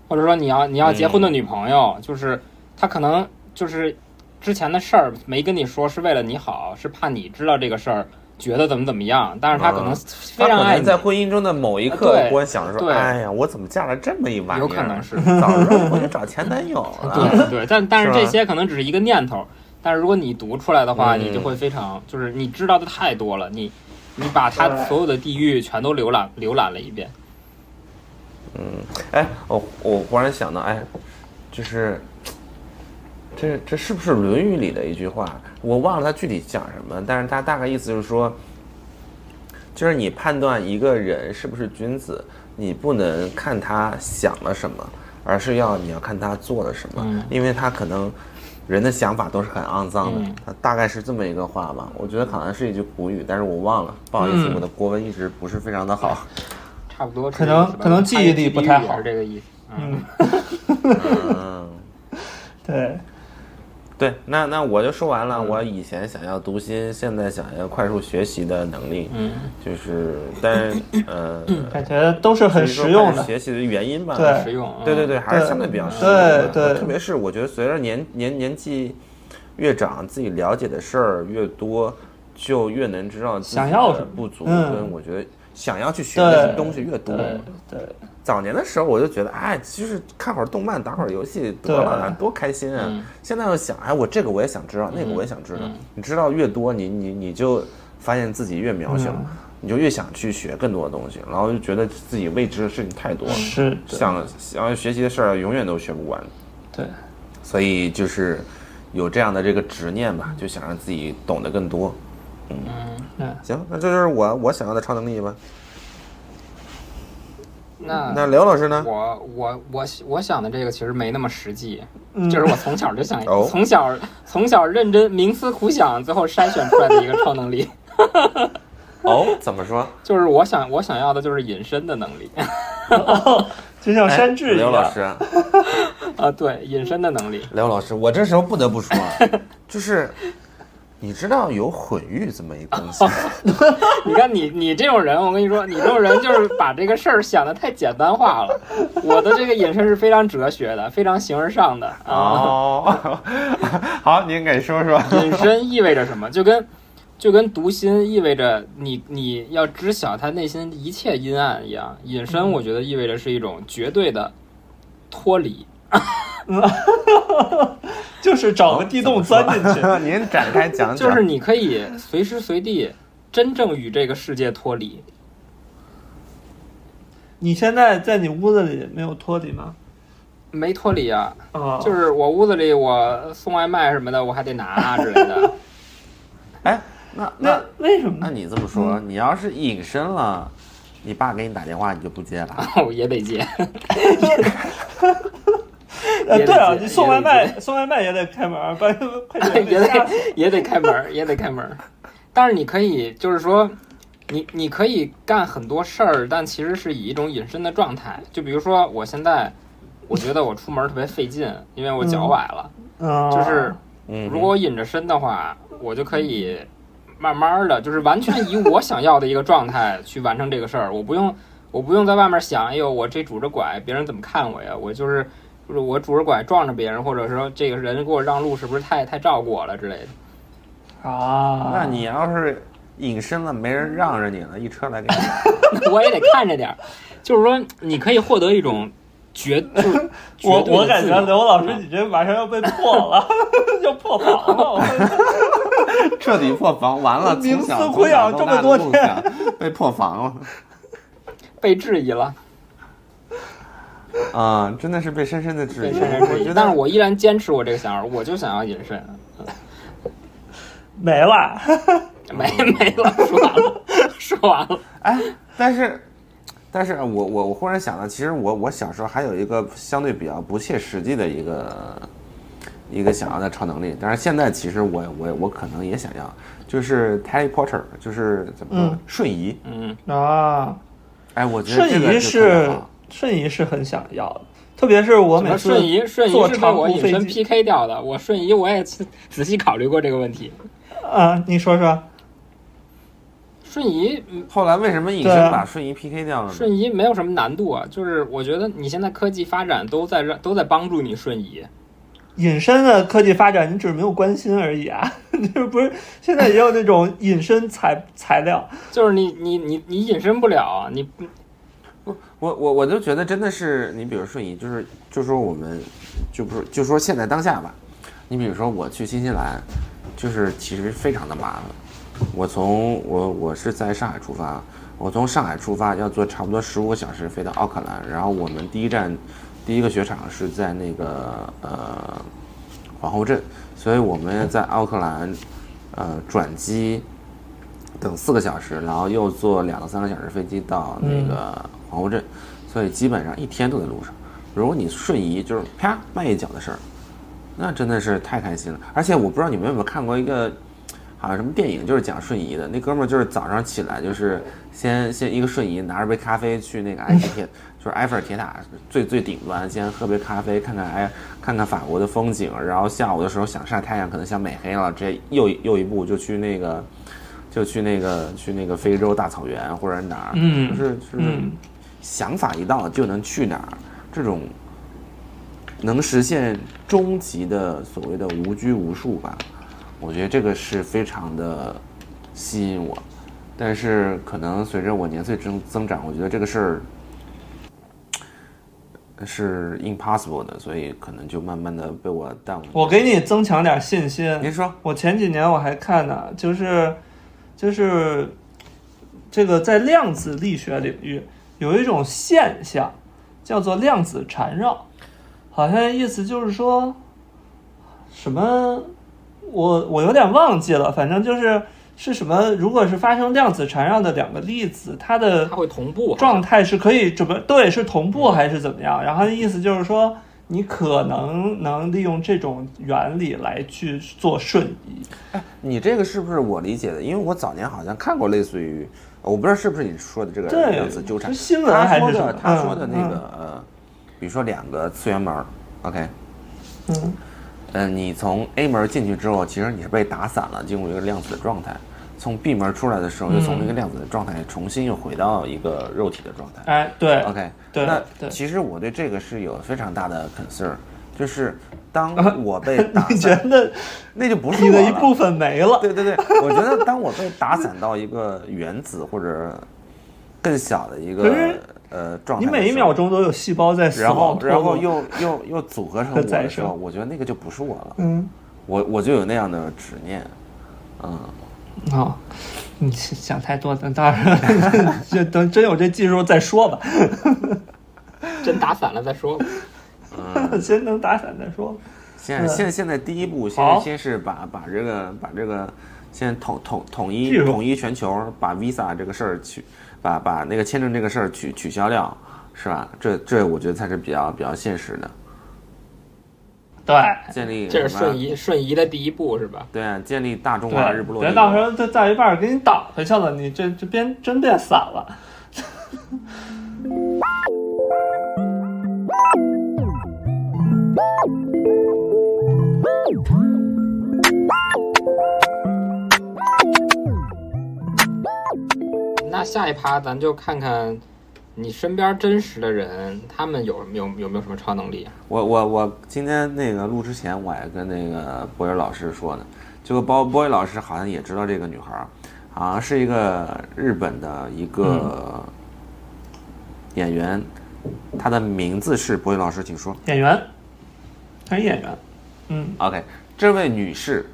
Speaker 1: 或者说你要你要结婚
Speaker 2: 嗯
Speaker 1: 的女朋友，就是她可能就是之前的事儿没跟你说，是为了你好，是怕你知道这个事儿，觉得怎么怎么样，但是她可能
Speaker 2: 嗯
Speaker 1: 非
Speaker 2: 他
Speaker 1: 常
Speaker 2: 可
Speaker 1: 爱
Speaker 2: 能
Speaker 1: 你，
Speaker 2: 在婚姻中的某一刻
Speaker 1: 对
Speaker 2: 忽然想着说：“
Speaker 1: 对
Speaker 2: 哎呀，我怎么嫁了这么一玩意儿？
Speaker 1: 有可能是
Speaker 2: 早知道我就找前男友了。
Speaker 1: [laughs]
Speaker 3: 啊
Speaker 1: 对对，但但是
Speaker 2: 是吧
Speaker 1: 这些可能只是一个念头，但是如果你读出来的话，
Speaker 2: 嗯
Speaker 1: 你就会非常就是你知道的太多了，你你把他所有的地域全都浏览浏览了一遍，”
Speaker 2: 哎，我我忽然想到，哎，就是这这是不是《论语》里的一句话？我忘了它具体讲什么，但是它大概意思就是说，就是你判断一个人是不是君子，你不能看他想了什么，而是要你要看他做了什么，
Speaker 1: 嗯
Speaker 2: 因为他可能人的想法都是很肮脏的
Speaker 1: 嗯。
Speaker 2: 他大概是这么一个话吧，我觉得好像是一句古语，但是我忘了，不好意思，
Speaker 3: 嗯
Speaker 2: 我的国文一直不是非常
Speaker 1: [laughs]
Speaker 2: 的好。
Speaker 1: 差不多是
Speaker 3: 可
Speaker 1: 这个
Speaker 3: 能
Speaker 1: 意思吧。
Speaker 3: 可能记忆力不太
Speaker 1: 地域
Speaker 3: 好
Speaker 1: 也是这个意思。嗯，
Speaker 2: 嗯。
Speaker 3: 对，
Speaker 2: 对，那那我就说完
Speaker 3: 嗯
Speaker 2: 了。我以前想要读心，现在想要快速学习的能力，
Speaker 1: 嗯，
Speaker 2: 就是，但是呃，
Speaker 3: 感觉都是嗯很
Speaker 2: 所
Speaker 3: 实
Speaker 2: 以说
Speaker 3: 用
Speaker 2: 还是
Speaker 3: 的。
Speaker 2: 学习的原因吧。
Speaker 3: 嗯对
Speaker 1: 实用。嗯
Speaker 2: 对对
Speaker 1: 对，
Speaker 2: 对，还是
Speaker 3: 对
Speaker 2: 相对比较实用的
Speaker 3: 对对
Speaker 2: 特别是我觉得随着年年年纪越长，自己了解的事儿越多，就越能知道自己
Speaker 3: 想要什
Speaker 2: 的
Speaker 3: 么
Speaker 2: 不足，
Speaker 3: 嗯
Speaker 2: 跟我觉得想要去学的
Speaker 3: 对
Speaker 2: 东西越多。
Speaker 3: 对对，
Speaker 2: 早年的时候，我就觉得，哎，就是看会儿动漫，打会儿游戏，得了，
Speaker 3: 对
Speaker 2: 多开心啊！
Speaker 1: 嗯
Speaker 2: 现在又想，哎，我这个我也想知道，那个我
Speaker 3: 嗯
Speaker 2: 也想知道。你知道越多，你你你就发现自己越渺小，
Speaker 3: 嗯
Speaker 2: 你就越想去学更多的东西，然后就觉得自己未知的事情太多了，
Speaker 3: 是的，
Speaker 2: 想想要学习的事儿啊永远都学不完。
Speaker 3: 对， [laughs]
Speaker 2: 所以就是有这样的这个执念吧，就想让自己懂得更多。
Speaker 3: 嗯，
Speaker 2: 行，那这就是我我想要的超能力吧。那
Speaker 1: 那
Speaker 2: 刘老师呢？
Speaker 1: 我我我我想的这个其实没那么实际，
Speaker 3: 嗯
Speaker 1: 就是我从小就
Speaker 3: [laughs]
Speaker 1: 想
Speaker 2: 哦，
Speaker 1: 从小从小认真冥思苦想，最后筛选出来的一个超能力， [laughs]
Speaker 2: 哦，怎么说？
Speaker 1: 就是我想我想要的就是隐身的能力 [laughs]
Speaker 3: 就像山治一
Speaker 2: 哎刘老
Speaker 3: 样，
Speaker 2: 师。啊
Speaker 1: 啊，对，隐身的能力。
Speaker 2: 刘老师，我这时候不得不说， [laughs] 啊，就是你知道有混浴这么一东西， [laughs]
Speaker 1: 你看你你这种人，我跟你说，你这种人就是把这个事儿想的太简单化了。我的这个隐身是非常哲学的，非常形而上的
Speaker 2: 哦
Speaker 1: 啊。
Speaker 2: [laughs] 哦，好，您给说说。
Speaker 1: 隐身意味着什么？就跟就跟读心意味着你你要知晓他内心一切阴暗一样，隐身我觉得意味着是一种绝对的脱离。
Speaker 3: 就是找个地洞钻进去。
Speaker 2: [laughs] 您展开讲讲，
Speaker 1: 就是你可以随时随地真正与这个世界脱离。
Speaker 3: 你现在在你屋子里没有托底吗？
Speaker 1: 没脱离啊，
Speaker 3: 啊，
Speaker 1: 就是我屋子里我送外卖什么的，我还得拿之类的。
Speaker 2: 哎，那
Speaker 3: 那
Speaker 2: 那嗯
Speaker 3: 为什么
Speaker 2: 那
Speaker 3: 呢？
Speaker 2: 你这么说，你要是隐身了，你爸给你打电话你就不接了，啊
Speaker 1: 我也得接，
Speaker 3: 呃，
Speaker 1: 也得
Speaker 3: 对啊，
Speaker 1: 接
Speaker 3: 你送
Speaker 1: 也
Speaker 3: 外
Speaker 1: 得
Speaker 3: 卖，送外卖也得开门儿，把快
Speaker 1: [laughs]
Speaker 3: 点
Speaker 1: 也
Speaker 3: 给吓
Speaker 1: 得
Speaker 3: 死。
Speaker 1: 也得开门儿，也得开门儿。但是你可以，就是说，你你可以干很多事儿，但其实是以一种隐身的状态。就比如说，我现在我觉得我出门特别费劲，因为我脚崴了。
Speaker 3: 啊，
Speaker 1: 就是
Speaker 2: 嗯，
Speaker 1: 如果我隐着身的话，我就可以慢慢的，就是完全以我想要的一个状态去完成这个事儿，我不用我不用在外面想，哎呦，我这拄着拐，别人怎么看我呀？我就是就是我拄着拐撞着别人，或者说这个人给我让路是不是太太照顾我了之类的？ [laughs]
Speaker 3: 啊，
Speaker 2: 那你要是隐身了，没人让着你了，一车来给你，
Speaker 1: 那我也得看着点儿，就是说你可以获得一种
Speaker 3: [laughs]
Speaker 1: 绝，就是绝
Speaker 3: 我
Speaker 1: 对的
Speaker 3: 我感
Speaker 1: 自
Speaker 3: 觉
Speaker 1: 由
Speaker 3: 刘老师，你这马上要被破了， [laughs] 要破防了。我
Speaker 2: [laughs]
Speaker 3: [laughs]
Speaker 2: 彻底破防，完 [laughs] 了，
Speaker 3: 冥
Speaker 2: 从
Speaker 3: 思
Speaker 2: 小
Speaker 3: 苦想这么多
Speaker 2: 从小到大的梦想 [laughs] 被破防了。
Speaker 1: 被质疑了，
Speaker 2: [laughs] 啊，真的是被深深的质
Speaker 1: 被
Speaker 2: 疑。
Speaker 1: 甚至质
Speaker 2: 我
Speaker 1: 疑
Speaker 2: 觉。
Speaker 1: 但是
Speaker 2: 得
Speaker 1: 我依然坚持我这个想法，我就想要隐身。
Speaker 3: 没了， [laughs]
Speaker 1: 没没了，说完了，说完了。
Speaker 2: 哎，但是，但是我我我忽然想到，其实我我小时候还有一个相对比较不切实际的一个一个想要的超能力，但是现在其实我我我可能也想要，就是 teleporter，就是怎么说、
Speaker 3: 嗯
Speaker 2: 瞬移。
Speaker 1: 嗯，
Speaker 3: 啊，
Speaker 2: 哎，我觉得
Speaker 3: 瞬
Speaker 2: 这个就特别
Speaker 3: 移是
Speaker 2: 好
Speaker 3: 瞬移是很想要的，特别是我
Speaker 1: 什
Speaker 3: 每
Speaker 1: 么
Speaker 3: 次
Speaker 1: 瞬移？瞬移
Speaker 3: 坐
Speaker 1: 是被
Speaker 3: 长
Speaker 1: 我
Speaker 3: 途
Speaker 1: 隐
Speaker 3: 飞
Speaker 1: 身
Speaker 3: 机
Speaker 1: PK 掉的。我瞬移我也仔仔细考虑过这个问题。
Speaker 3: 啊，你说说，
Speaker 1: 瞬移，嗯
Speaker 2: 后来为什么隐
Speaker 3: 对啊
Speaker 2: 身把瞬移 PK 掉了呢？
Speaker 1: 瞬移没有什么难度啊，就是我觉得你现在科技发展都在让都在帮助你瞬移。
Speaker 3: 隐身的科技发展，你只是没有关心而已啊， [laughs] 就是不是现在也有那种隐身材材料，
Speaker 1: 就是你你你你隐身不了啊，你
Speaker 2: 我我我就觉得真的是，你比如瞬移，就是就说我们，就不是就说现在当下吧，你比如说我去新西兰，就是其实非常的麻烦。我从我我是在上海出发，我从上海出发要坐差不多十五个小时飞到奥克兰，然后我们第一站第一个雪场是在那个呃皇后镇，所以我们在奥克兰呃转机等四个小时，然后又坐两到三个小时飞机到那个皇后镇，所以基本上一天都在路上。如果你瞬移，就是啪迈一脚的事儿，那真的是太开心了。而且我不知道你们有没有看过一个，好像什么电影，就是讲瞬移的。那哥们儿就是早上起来，就是先先一个瞬移，拿着杯咖啡去那个埃菲铁，就是埃菲尔铁塔最最顶端，先喝杯咖啡，看看埃看看法国的风景。然后下午的时候想晒太阳，可能想美黑了，直接又又一步就去那个。就去那个去那个非洲大草原或者哪儿，
Speaker 3: 嗯
Speaker 2: 就是就是
Speaker 3: 嗯，
Speaker 2: 想法一到就能去哪儿，这种能实现终极的所谓的无拘无束吧，我觉得这个是非常的吸引我。但是可能随着我年岁增增长，我觉得这个事儿呃是 impossible 的，所以可能就慢慢的被我淡忘。
Speaker 3: 我给你增强点信心，
Speaker 2: 您说，
Speaker 3: 我前几年我还看呢，就是就是这个在量子力学领域有一种现象叫做量子缠绕，好像意思就是说什么我我有点忘记了，反正就是是什么，如果是发生量子缠绕的两个粒子，它的
Speaker 1: 它会同步。啊
Speaker 3: 状态是可以怎么对是同步还是怎么样？然后意思就是说，你可能能利用这种原理来去做瞬移。
Speaker 2: 你这个是不是我理解的？因为我早年好像看过类似于，我不知道是不是你说的这个
Speaker 3: 对
Speaker 2: 量子纠缠
Speaker 3: 是新闻
Speaker 2: 他
Speaker 3: 还
Speaker 2: 说
Speaker 3: 是什么
Speaker 2: 的他说的
Speaker 3: 嗯
Speaker 2: 那个呃，比如说两个次元门儿，OK，
Speaker 3: 嗯，
Speaker 2: 嗯、你从 A 门进去之后，其实你是被打散了，进入一个量子的状态。从 B 门出来的时候，又从
Speaker 3: 嗯
Speaker 2: 那个量子的状态重新又回到一个肉体的状态。
Speaker 3: 哎，对
Speaker 2: OK，
Speaker 3: 对
Speaker 2: 那
Speaker 3: 对
Speaker 2: 其实我对这个是有非常大的 concern，就是当我被打
Speaker 3: 啊 [laughs] 你
Speaker 2: [laughs]
Speaker 3: 觉
Speaker 2: 散，
Speaker 3: 得
Speaker 2: 那就不是
Speaker 3: 你
Speaker 2: 我
Speaker 3: 的一
Speaker 2: 了
Speaker 3: 部分没了，
Speaker 2: 对对 [laughs] 对，我觉得当我被打散到一个原子或者更小的一
Speaker 3: 可
Speaker 2: 个
Speaker 3: 是
Speaker 2: 呃状态，
Speaker 3: 你每一秒，钟都有细胞在死
Speaker 2: 然
Speaker 3: 亡
Speaker 2: 后
Speaker 3: 脱落，
Speaker 2: 然后又又又组合成我
Speaker 3: 和再
Speaker 2: 的时候，
Speaker 3: 生
Speaker 2: 我觉得那个就不是我了，
Speaker 3: 嗯
Speaker 2: 我我就有那样的执念，嗯，
Speaker 3: 啊、你想太多，等到时候 [laughs] 就等真有这技术再说吧，
Speaker 1: 真打散了再说吧。
Speaker 2: 嗯
Speaker 3: [laughs] 先能打散再说。
Speaker 2: 现在
Speaker 3: 嗯
Speaker 2: 现在现在第一步
Speaker 3: 好
Speaker 2: 先先是把把这个把这个先统统统一
Speaker 3: 技术
Speaker 2: 统一全球，把 Visa 这个事儿取把把那个签证这个事儿取取消掉，是吧？这这我觉得才是比较比较现实的，
Speaker 3: 对，
Speaker 2: 建立
Speaker 1: 这是
Speaker 2: 什么
Speaker 1: 瞬移瞬移的第一步是吧？
Speaker 2: 对啊，建立大中华日不落
Speaker 3: 对，别
Speaker 2: 帝
Speaker 3: 到时
Speaker 2: 国。
Speaker 3: 候再到一半儿给你倒回去了，你这这边真变散了。
Speaker 1: 那下一趴咱就看看你身边真实的人，他们有有有没有什么超能力、啊？
Speaker 2: 我我我今天那个录之前，我还跟那个波伟老师说呢，结果包波伟老师好像也知道这个女孩儿，好像是一个日本的一
Speaker 1: 嗯
Speaker 2: 个演员，她的名字是波伟老师，请说。
Speaker 3: 演员，他是演员，嗯，
Speaker 2: OK，这位女士，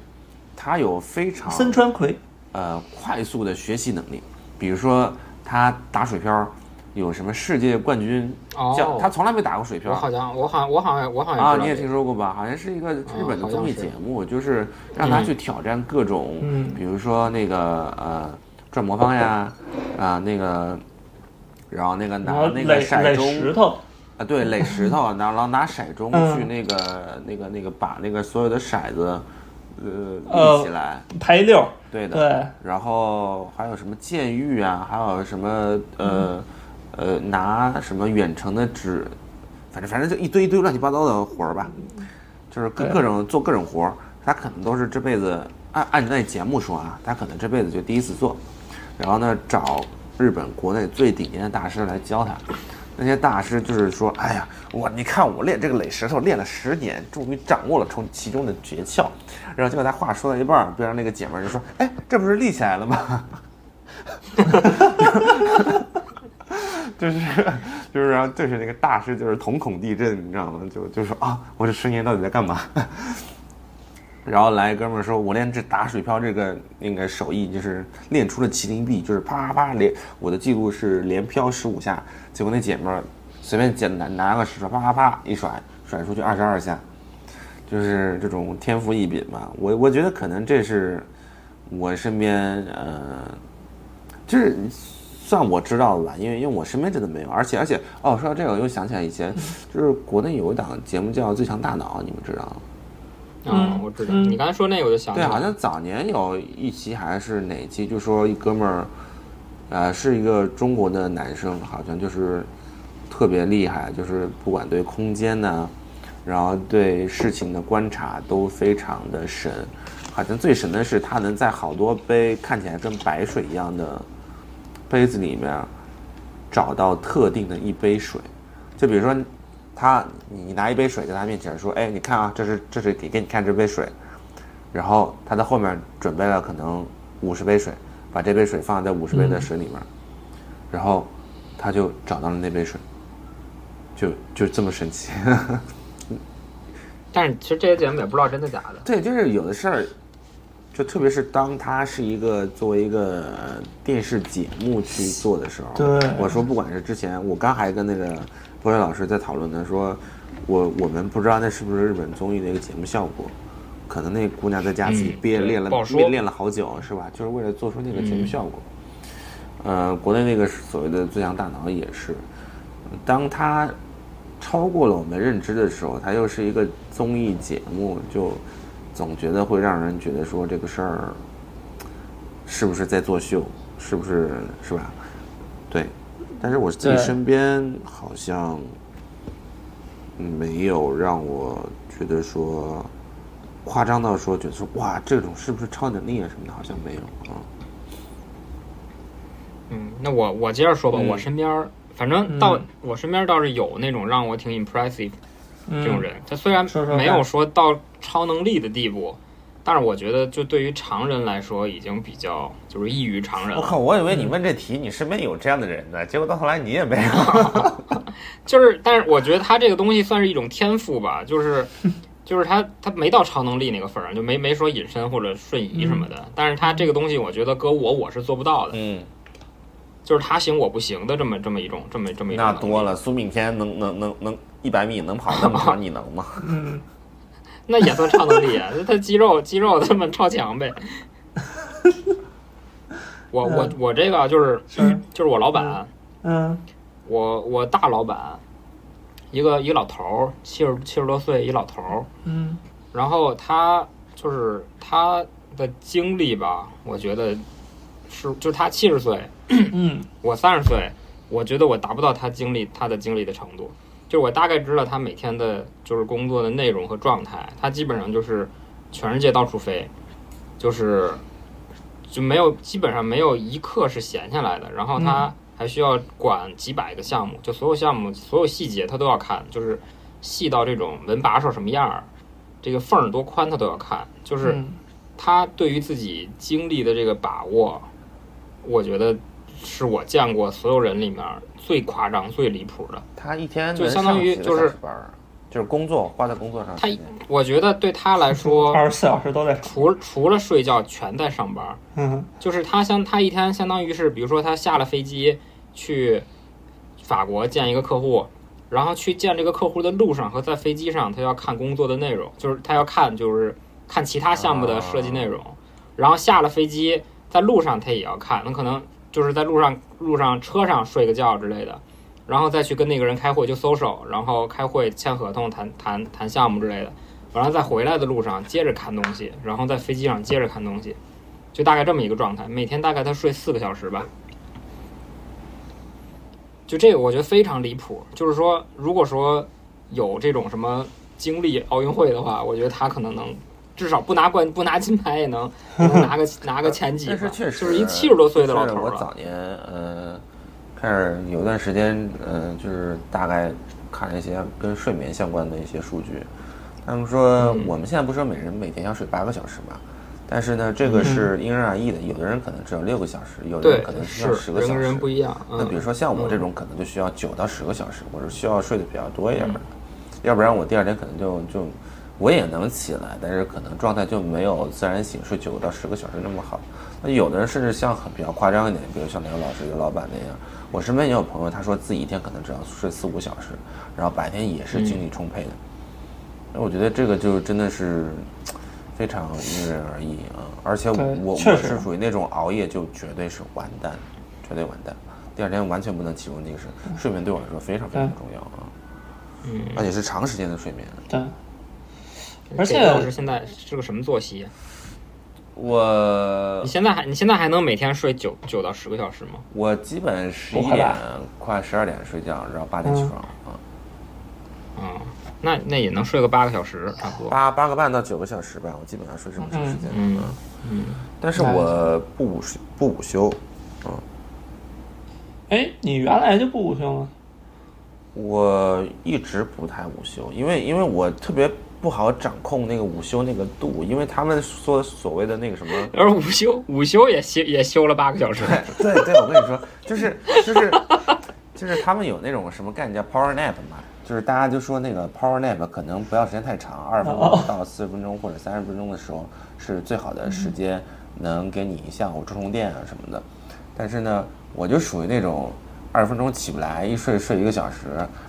Speaker 2: 她有非常
Speaker 3: 森川葵，
Speaker 2: 呃快速的学习能力，比如说她打水漂，有什么世界冠军，
Speaker 1: 哦
Speaker 2: 叫她从来没打过水漂，
Speaker 1: 我好像我好像我好像我好像
Speaker 2: 啊，
Speaker 1: 知道
Speaker 2: 你也
Speaker 1: 这
Speaker 2: 听
Speaker 1: 个
Speaker 2: 说过吧？好像是一个日本的
Speaker 1: 好像
Speaker 2: 综艺
Speaker 1: 是
Speaker 2: 节目，就是让他去挑战各种，
Speaker 3: 嗯
Speaker 2: 比如说那个呃转魔方呀，啊那个，然后那个拿
Speaker 3: 然后
Speaker 2: 那
Speaker 3: 垒
Speaker 2: 个
Speaker 3: 垒
Speaker 2: 骰
Speaker 3: 石
Speaker 2: 盅
Speaker 3: 头，
Speaker 2: 啊，对，垒石头，然后然后拿骰盅
Speaker 3: 嗯
Speaker 2: 去那个那个那个把那个所有的骰子呃立
Speaker 3: 呃
Speaker 2: 起来，
Speaker 3: 排一溜儿，
Speaker 2: 对的，
Speaker 3: 对，
Speaker 2: 然后还有什么监狱啊，还有什么呃呃拿什么远程的纸，反正反正就一堆一堆乱七八糟的活儿吧，就是各
Speaker 3: 对
Speaker 2: 各种做各种活儿，他可能都是这辈子按按那节目说啊，他可能这辈子就第一次做，然后呢找日本国内最顶尖的大师来教他。那些大师就是说，哎呀，我你看我练这个垒石头练了十年，终于掌握了从其中的诀窍。然后结果他话说到一半儿，边上那个姐们儿就说：“哎，这不是立起来了吗？” [laughs] 就是就是然后就是那个大师就是瞳孔地震，你知道吗？就就说啊，我这十年到底在干嘛？ [laughs] 然后来一哥们儿说，我练这打水漂这个那个手艺，就是练出了麒麟臂，就是啪啪啪连我的记录是连飘十五下，结果那姐们儿随便捡拿拿个石头啪啪啪一甩，甩出去二十二下，就是这种天赋异禀吧。我我觉得可能这是我身边呃，就是算我知道的吧，因为因为我身边真的没有，而且而且哦，说到这个我又想起来以前，就是国内有一档节目叫《最强大脑》，你们知道吗？
Speaker 1: 嗯，
Speaker 3: 嗯
Speaker 1: 我知道。
Speaker 3: 嗯
Speaker 1: 你刚才说那个我就想起
Speaker 2: 对，
Speaker 1: 来了，
Speaker 2: 好像早年有一期还是哪期，就说一哥们儿，呃，是一个中国的男生，好像就是特别厉害，就是不管对空间呐、然后对事情的观察都非常的神。好像最神的是他能在好多杯看起来跟白水一样的杯子里面找到特定的一杯水，就比如说他你拿一杯水在他面前说，哎，你看啊，这是这是给给你看这杯水，然后他在后面准备了可能五十杯水，把这杯水放在五十杯的水里面，然后他就找到了那杯水，就就这么神奇。
Speaker 1: 但是其实这些节目也不知道真的假的。
Speaker 2: [laughs] 对，就是有的事儿，就特别是当它是一个作为一个呃电视节目去做的时候，
Speaker 3: 对
Speaker 2: 我说不管是之前，我刚还跟那个波瑞老师在讨论呢，说我我们不知道那是不是日本综艺的一个节目效果，可能那姑娘在家自己
Speaker 1: 嗯
Speaker 2: 憋
Speaker 1: 对
Speaker 2: 练了、
Speaker 1: 不好说
Speaker 2: 练练了好久，是吧？就是为了做出那个节目效果。
Speaker 1: 嗯
Speaker 2: 呃，国内那个所谓的最强大脑也是，当它超过了我们认知的时候，它又是一个综艺节目，就总觉得会让人觉得说这个事儿是不是在作秀，是不是是吧？对，但是我自己
Speaker 3: 对
Speaker 2: 身边好像没有让我觉得说夸张到说觉得说哇这种是不是超能力啊什么的，好像没有啊。
Speaker 1: 嗯，那我我接着说吧，
Speaker 2: 嗯
Speaker 1: 我身边儿反正到
Speaker 3: 嗯
Speaker 1: 我身边儿倒是有那种让我挺 impressive，
Speaker 3: 嗯
Speaker 1: 这种人，他虽然
Speaker 3: 说说看
Speaker 1: 没有说到超能力的地步，但是我觉得就对于常人来说，已经比较就是异于常人
Speaker 2: 我
Speaker 1: 了。
Speaker 2: 靠！我以为你问这题，你身边有这样的人呢，结果到后来你也没有。
Speaker 1: 就是，但是我觉得他这个东西算是一种天赋吧，就是 [laughs] 就是他他没到超能力那个份儿上，就没没说隐身或者瞬移什么的。但是他这个东西，我觉得搁我我是做不到的，
Speaker 2: [laughs] 嗯，
Speaker 1: 就是他行我不行的这么这么一种这么这么一种
Speaker 2: 嗯那
Speaker 1: 能力
Speaker 2: 多了。苏炳添能能能能一百米能跑那么长，你能
Speaker 1: [laughs]
Speaker 2: 吗？
Speaker 3: 嗯，
Speaker 1: 那也算超能力啊！ [laughs] 他肌肉肌肉他们超强
Speaker 3: [laughs]
Speaker 1: 呗。我我我这个啊就是
Speaker 3: 嗯是
Speaker 1: [clears throat] 就是我老板，
Speaker 3: 嗯
Speaker 1: 我我大老板，一个一个老头儿，七十七十多岁一老头儿，
Speaker 3: 嗯
Speaker 1: 然后他就是他的经历吧，我觉得是就是他七十岁，
Speaker 3: 嗯
Speaker 1: 我三十岁，我觉得我达不到他经历他的经历的程度。就我大概知道他每天的就是工作的内容和状态，他基本上就是全世界到处飞，就是就没有基本上没有一刻是闲下来的。然后他还需要管几百个项目，就所有项目所有细节他都要看，就是细到这种门把手什么样儿，这个缝儿多宽他都要看，就是。
Speaker 3: 嗯
Speaker 1: 他对于自己经历的这个把握，我觉得是我见过所有人里面最夸张、最离谱的。
Speaker 2: 他一天
Speaker 1: 就
Speaker 2: 能
Speaker 1: 相当
Speaker 2: 上
Speaker 1: 于
Speaker 2: 几个
Speaker 1: 就是
Speaker 2: 小时班儿就是工作花在工作上的
Speaker 1: 他
Speaker 2: 时间。
Speaker 1: 我觉得对他来
Speaker 3: [laughs]
Speaker 1: 说，
Speaker 3: 二十四小时都在
Speaker 1: 除除了睡觉，全在上班。
Speaker 3: 嗯
Speaker 1: 就是他相他一天相当于是，比如说他下了飞机去法国见一个客户，然后去见这个客户的路上和在飞机上，他要看工作的内容，就是他要看就是看其他项目的设计内容，然后下了飞机在路上他也要看，那可能就是在路上路上车上睡个觉之类的。然后再去跟那个人开会就 social，然后开会签合同、谈谈谈项目之类的，完了在回来的路上接着看东西，然后在飞机上接着看东西，就大概这么一个状态。每天大概他睡四个小时吧。就这个，我觉得非常离谱。就是说，如果说有这种什么经历奥运会的话，我觉得他可能能至少不拿冠、不拿金牌也
Speaker 2: [laughs]
Speaker 1: 能能拿个拿个前几吧。
Speaker 2: 但是确实，
Speaker 1: 就是一七十多岁的老
Speaker 2: 就是
Speaker 1: 头
Speaker 2: 我
Speaker 1: 了。
Speaker 2: 早年呃，开始有段时间呃，就是大概看了一些跟睡眠相关的一些数据。他们说，
Speaker 1: 嗯
Speaker 2: 我们现在不是说每人每天要睡八个小时嘛？但是呢，这个是因人而异的，有的人可能只有六个小时，有的
Speaker 1: 嗯对
Speaker 2: 人可能，需
Speaker 1: 是
Speaker 2: 要十个
Speaker 1: 人
Speaker 2: 小
Speaker 1: 跟
Speaker 2: 时
Speaker 1: 人。不一样。
Speaker 2: 那比
Speaker 1: 嗯，
Speaker 2: 如说像我这种，可能就需要九到十个小时，我是需要睡得比较多一点儿的，
Speaker 3: 嗯
Speaker 2: 要不然我第二天可能就就我也能起来，但是可能状态就没有自然醒睡九到十个小时那么好。那有的人甚至像很比较夸张一点，比如像刘老师、刘老板那样，我身边也有朋友，他说自己一天可能只要睡四五小时，然后白天也是精
Speaker 3: 嗯
Speaker 2: 力充沛的。那、我觉得这个就真的是非常因人而异啊！而且我
Speaker 3: 对
Speaker 2: 我我
Speaker 3: 确实
Speaker 2: 是属于那种熬夜就绝对是完蛋，绝对完蛋，第二天完全不能集中精神。睡眠对我来说非常非常
Speaker 3: 对
Speaker 2: 重要啊，
Speaker 1: 嗯
Speaker 2: 而且是长时间的睡眠。
Speaker 3: 对，而且
Speaker 1: 给老师现在是个什么作息啊？
Speaker 2: 我
Speaker 1: 你现在还你现在还能每天睡九九到十个小时吗？
Speaker 2: 我基本十
Speaker 3: 不
Speaker 2: 一
Speaker 3: 会
Speaker 2: 点
Speaker 3: 吧
Speaker 2: 快十二点睡觉，然后八点起床啊，
Speaker 1: 嗯，那那也能睡个八个小时，差不多。
Speaker 2: 八八个半到九个小时吧，我基本上睡这么长时间。
Speaker 1: 嗯嗯
Speaker 2: 但是我不午睡不午休，嗯，
Speaker 3: 哎，你原来就不午休吗？
Speaker 2: 我一直不太午休，因为因为我特别不好掌控那个午休那个度，因为他们说所谓的那个什么，
Speaker 1: 而午休午休也休也休了八个小时。
Speaker 2: [laughs] 对对，我跟你说，就是就是就是他们有那种什么概念叫 power nap 嘛，就是大家就说那个 power nap 可能不要时间太长，二十分钟到四十分钟或者三十分钟的时候是最好的时间，能给你一下午充充电啊什么的。但是呢，我就属于那种二十分钟起不来，一睡睡一个小时，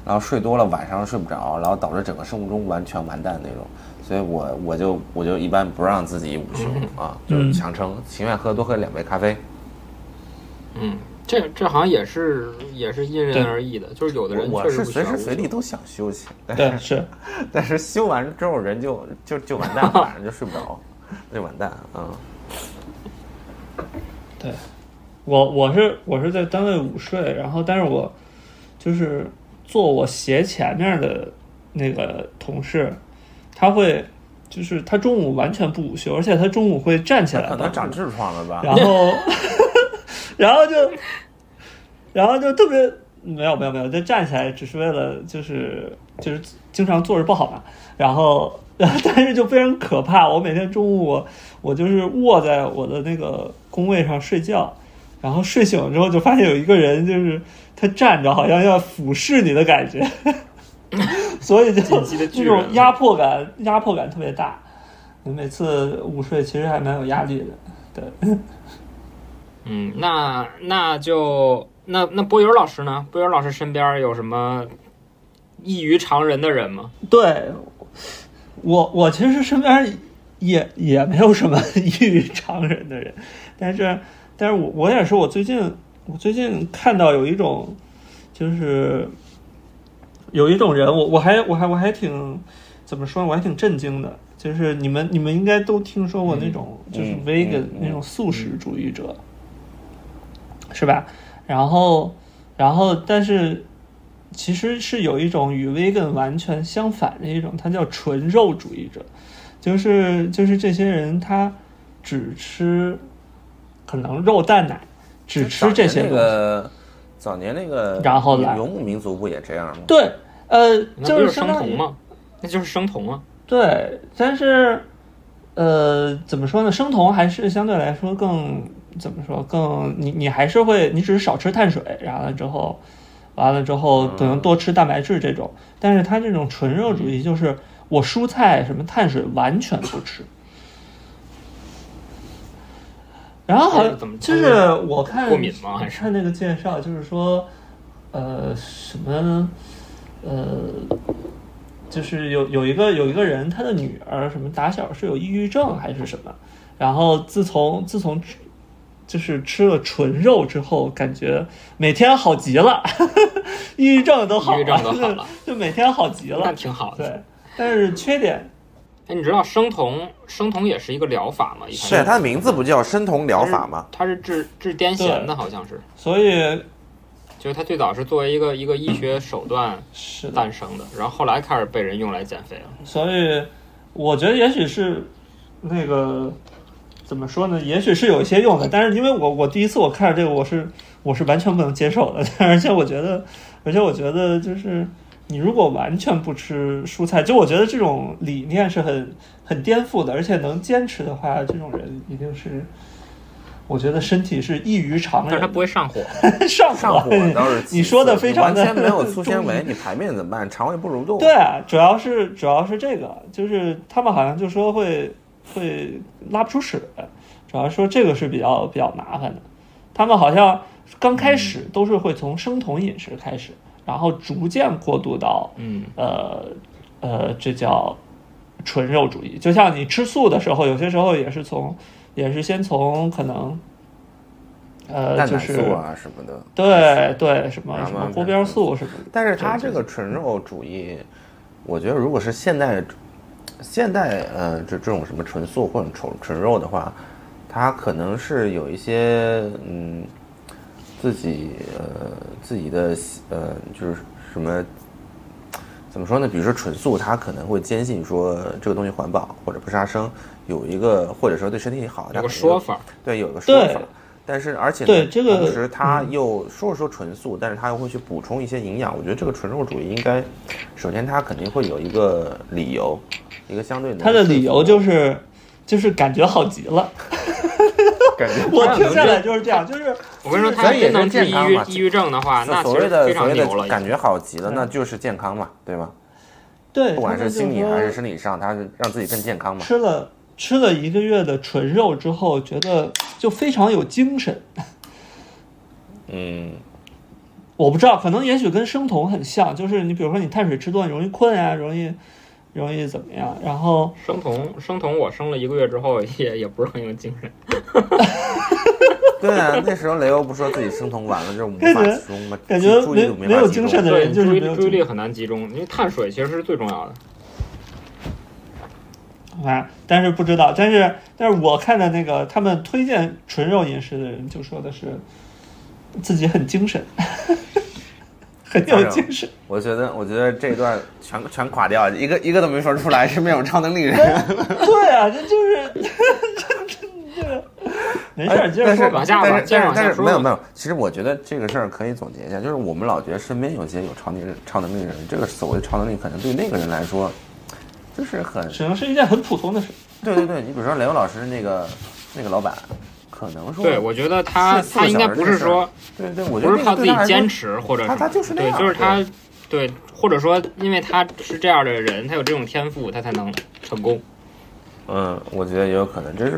Speaker 2: 然后睡多了晚上睡不着，然后导致整个生物钟完全完蛋那种。所以我我就我就一般不让自己午休啊，就是强撑，情愿喝多喝两杯咖啡。
Speaker 1: 嗯，这这好像也是也是因人而异的，就是有的人
Speaker 2: 我
Speaker 1: 确
Speaker 2: 我
Speaker 1: 实
Speaker 2: 是
Speaker 1: 不需
Speaker 2: 随
Speaker 1: 要
Speaker 2: 时随地
Speaker 1: 午休
Speaker 2: 都想休息，但 [laughs]
Speaker 3: 对，是，
Speaker 2: 但是休完之后人就就就完蛋，晚上就睡不着，那就完蛋啊、
Speaker 1: [laughs]
Speaker 2: 嗯
Speaker 3: 对，我我是我是在单位午睡，然后但是我就是坐我斜前面的那个同事，他会就是他中午完全不午休，而且他中午会站起来
Speaker 2: 可
Speaker 3: 办
Speaker 2: 能
Speaker 3: 公
Speaker 2: 长
Speaker 3: [laughs]
Speaker 2: 痔疮了吧？
Speaker 3: 然后，然后就，然后就特别没有没有没有，这站起来只是为了就是就是经常坐着不好嘛，然后 [laughs] 但是就非常可怕。我每天中午我我就是卧在我的那个工位上睡觉，然后睡醒了之后就发现有一个人就是他站着好像要俯视你的感觉， [laughs] 所以就
Speaker 1: 紧急的
Speaker 3: 这
Speaker 1: 巨人
Speaker 3: 种压迫感压迫感特别大。我每次午睡其实还蛮有压力的，对。
Speaker 1: 嗯，那那就那那波云老师呢？波云老师身边有什么异于常人的人吗？
Speaker 3: 对，我我其实身边也也没有什么异于常人的人，但是但是我我也是我最近我最近看到有一种就是有一种人，我我还我还我还挺怎么说呢，我还挺震惊的，就是你们你们应该都听说过那种、就是
Speaker 2: 嗯
Speaker 3: vegan、
Speaker 2: 嗯嗯
Speaker 3: 那种素食主义者，是吧？然后然后但是其实是有一种与 vegan 完全相反的一种，它叫纯肉主义者，就是就是这些人他只吃可能肉蛋奶，只吃这些
Speaker 2: 早年那
Speaker 3: 东西。
Speaker 2: 个早年那个，
Speaker 3: 然后来
Speaker 2: 游牧民族不也这样吗？
Speaker 3: 对，呃，
Speaker 1: 那
Speaker 3: 就
Speaker 1: 不
Speaker 3: 是
Speaker 1: 生
Speaker 3: 相当
Speaker 1: 酮
Speaker 3: 于
Speaker 1: 吗？那就是生酮啊。
Speaker 3: 对，但是呃，怎么说呢？生酮还是相对来说更怎么说更你你还是会，你只是少吃碳水，然后了之后，完了之后可能多吃蛋白质这种。但是他这种纯肉主义就是我蔬菜什么碳水完全不吃。然后好
Speaker 1: 这个怎么
Speaker 3: 像就
Speaker 1: 他
Speaker 3: 是呃我看
Speaker 1: 过敏吗还是
Speaker 3: 看那个介绍，就是说，呃，什么，呃，就是有有一个有一个人，他的女儿什么打小是有抑郁症还是什么，然后自从自从吃就是吃了纯肉之后，感觉每天好极了， [laughs] 抑郁症都好
Speaker 1: 抑郁症都好了
Speaker 3: 就每天好极
Speaker 1: 那
Speaker 3: 了。
Speaker 1: 挺好的。
Speaker 3: [laughs] 对，但是缺点
Speaker 1: 哎，你知道生酮生酮也是一个疗法吗？一开始
Speaker 2: 是啊，它的名字不叫生酮疗法吗？
Speaker 1: 它是治治癫痫的，好像是，
Speaker 3: 所以
Speaker 1: 就是它最早是作为一个一个医学手段
Speaker 3: 是的，
Speaker 1: 诞生的，然后后来开始被人用来减肥了。
Speaker 3: 所以我觉得也许是那个怎么说呢？也许是有一些用的，但是因为我我第一次我看着这个，我是我是完全不能接受的， [laughs] 而且我觉得，而且我觉得就是你如果完全不吃蔬菜，就我觉得这种理念是很很颠覆的，而且能坚持的话，这种人一定是。我觉得身体是异于常
Speaker 1: 但是
Speaker 3: 人
Speaker 1: 它，不会上火，
Speaker 3: [laughs] 上
Speaker 2: 上火倒是其次
Speaker 3: [laughs] 你说得非常
Speaker 2: 你
Speaker 3: 的
Speaker 2: 完全没有粗纤
Speaker 3: [laughs] 中
Speaker 2: 维，
Speaker 3: 医
Speaker 2: 你排便怎么办？肠胃不蠕动。
Speaker 3: 对，啊，主要是主要是这个，就是他们好像就说会会拉不出屎，主要说这个是比较比较麻烦的。他们好像刚
Speaker 2: 嗯
Speaker 3: 开始都是会从生酮饮食开始，然后逐渐过渡到
Speaker 1: 嗯，
Speaker 3: 呃呃，这叫纯肉主义。就像你吃素的时候，有些时候也是从也是先从可能呃
Speaker 2: 蛋
Speaker 3: 就
Speaker 2: 奶
Speaker 3: 是
Speaker 2: 素啊什么的。
Speaker 3: 对对什么
Speaker 2: 然
Speaker 3: 什
Speaker 2: 后
Speaker 3: 么
Speaker 2: 呢
Speaker 3: 锅边素什么的，
Speaker 2: 但是它这个纯肉主义，我觉得如果是现代，现代呃这这种什么纯素或者纯纯肉的话，它可能是有一些嗯自己呃自己的呃就是什么。怎么说呢？比如说纯素，它可能会坚信说这个东西环保或者不杀生，有一个或者说对身体好，它
Speaker 1: 有个
Speaker 2: 可能
Speaker 1: 说
Speaker 2: 有
Speaker 1: 法，
Speaker 2: 对，有一个说
Speaker 3: 对
Speaker 2: 法。但是而且呢
Speaker 3: 对这个嗯
Speaker 2: 同时它又说是说纯素，但是它又会去补充一些营养。我觉得这个纯肉主义应该，首先它肯定会有一个理由，一个相对能
Speaker 3: 他的
Speaker 2: 说
Speaker 3: 理
Speaker 2: 服
Speaker 3: 由就是就是感觉好极了。
Speaker 2: 感
Speaker 3: [laughs]
Speaker 2: 觉
Speaker 3: 我
Speaker 1: 他
Speaker 3: 听
Speaker 1: 能
Speaker 3: 下
Speaker 1: 这
Speaker 3: 来就是这样，就是
Speaker 1: 我跟你说，
Speaker 2: 所
Speaker 1: 它
Speaker 2: 以
Speaker 1: 真能
Speaker 2: 也是
Speaker 1: 治
Speaker 2: 健
Speaker 1: 抑
Speaker 2: 康
Speaker 1: 郁
Speaker 2: 嘛
Speaker 1: 抑郁症的话，啊那
Speaker 2: 所
Speaker 1: 其
Speaker 2: 谓
Speaker 1: 实
Speaker 2: 的
Speaker 1: 非
Speaker 2: 所
Speaker 1: 常
Speaker 2: 谓
Speaker 1: 牛了
Speaker 2: 的
Speaker 1: 已
Speaker 2: 感
Speaker 1: 经。
Speaker 2: 觉好极了，那就是健康嘛，对吗？
Speaker 3: [laughs] 嗯对，
Speaker 2: 不管是
Speaker 3: 他们就
Speaker 2: 心理
Speaker 3: 说
Speaker 2: 还是生理上，它是让自己更健
Speaker 1: [laughs]
Speaker 2: 康嘛。
Speaker 3: 吃了吃了一个月的纯肉之后，觉得就非常有精神。
Speaker 2: 嗯，
Speaker 3: 我不知道，可能也许跟生酮很像，就是你比如说你碳水吃多，你容易困啊，容易容易怎么样，然后
Speaker 1: 生酮生酮，我生了一个月之后也也不是很有精神。
Speaker 2: 对啊，那时候雷欧不说自己生酮完了就无法集中吗？
Speaker 3: 感觉
Speaker 2: 注意力都
Speaker 3: 没
Speaker 2: 没
Speaker 3: 没有
Speaker 2: 法集
Speaker 3: 精
Speaker 2: 中
Speaker 3: 神的
Speaker 1: 对，
Speaker 3: 人
Speaker 1: 你
Speaker 3: 就
Speaker 1: 注
Speaker 3: 是
Speaker 1: 意
Speaker 3: 没有
Speaker 1: 注意
Speaker 3: 精
Speaker 1: 力很难集中，因为碳水其实是最重要的。
Speaker 3: 啊，但是不知道，但是但是我看的那个他们推荐纯肉饮食的人就说的是自己很精神， [laughs] 很
Speaker 2: 哎
Speaker 3: 有精神。
Speaker 2: 我觉得，我觉得这一段全全垮掉，一个一个都没说出来，
Speaker 3: [laughs]
Speaker 2: 是没有超能力人。
Speaker 3: 对啊，这就是这这这，没事儿，接着
Speaker 2: 哎但是
Speaker 3: 说
Speaker 1: 往
Speaker 3: 吧。
Speaker 1: 下吧
Speaker 2: 但是
Speaker 1: 接着往
Speaker 2: 但
Speaker 1: 下
Speaker 2: 是
Speaker 1: 说
Speaker 2: 没有没有，其实我觉得这个事儿可以总结一下，就是我们老觉得身边有些有超能力超能力的人，这个所谓的超能力，可能对那个人来说，就是很
Speaker 3: 只能是一件很普通的事。
Speaker 2: 对对对，你比如说雷欧老师那个那个老板，可能说
Speaker 1: 对，我觉得他
Speaker 2: 是四个
Speaker 1: 他应该
Speaker 2: 小时
Speaker 1: 不
Speaker 2: 这
Speaker 1: 是
Speaker 2: 事儿
Speaker 1: 说
Speaker 2: 对对，我觉
Speaker 1: 不
Speaker 2: 得
Speaker 1: 是靠自己坚
Speaker 2: 持，
Speaker 1: 持或者
Speaker 2: 他
Speaker 1: 什么
Speaker 2: 他就是那
Speaker 1: 对，
Speaker 2: 样
Speaker 1: 就是他对，或者说因为他是这样的人，他有这种天赋，他才能成功。
Speaker 2: 嗯，我觉得也有可能，这是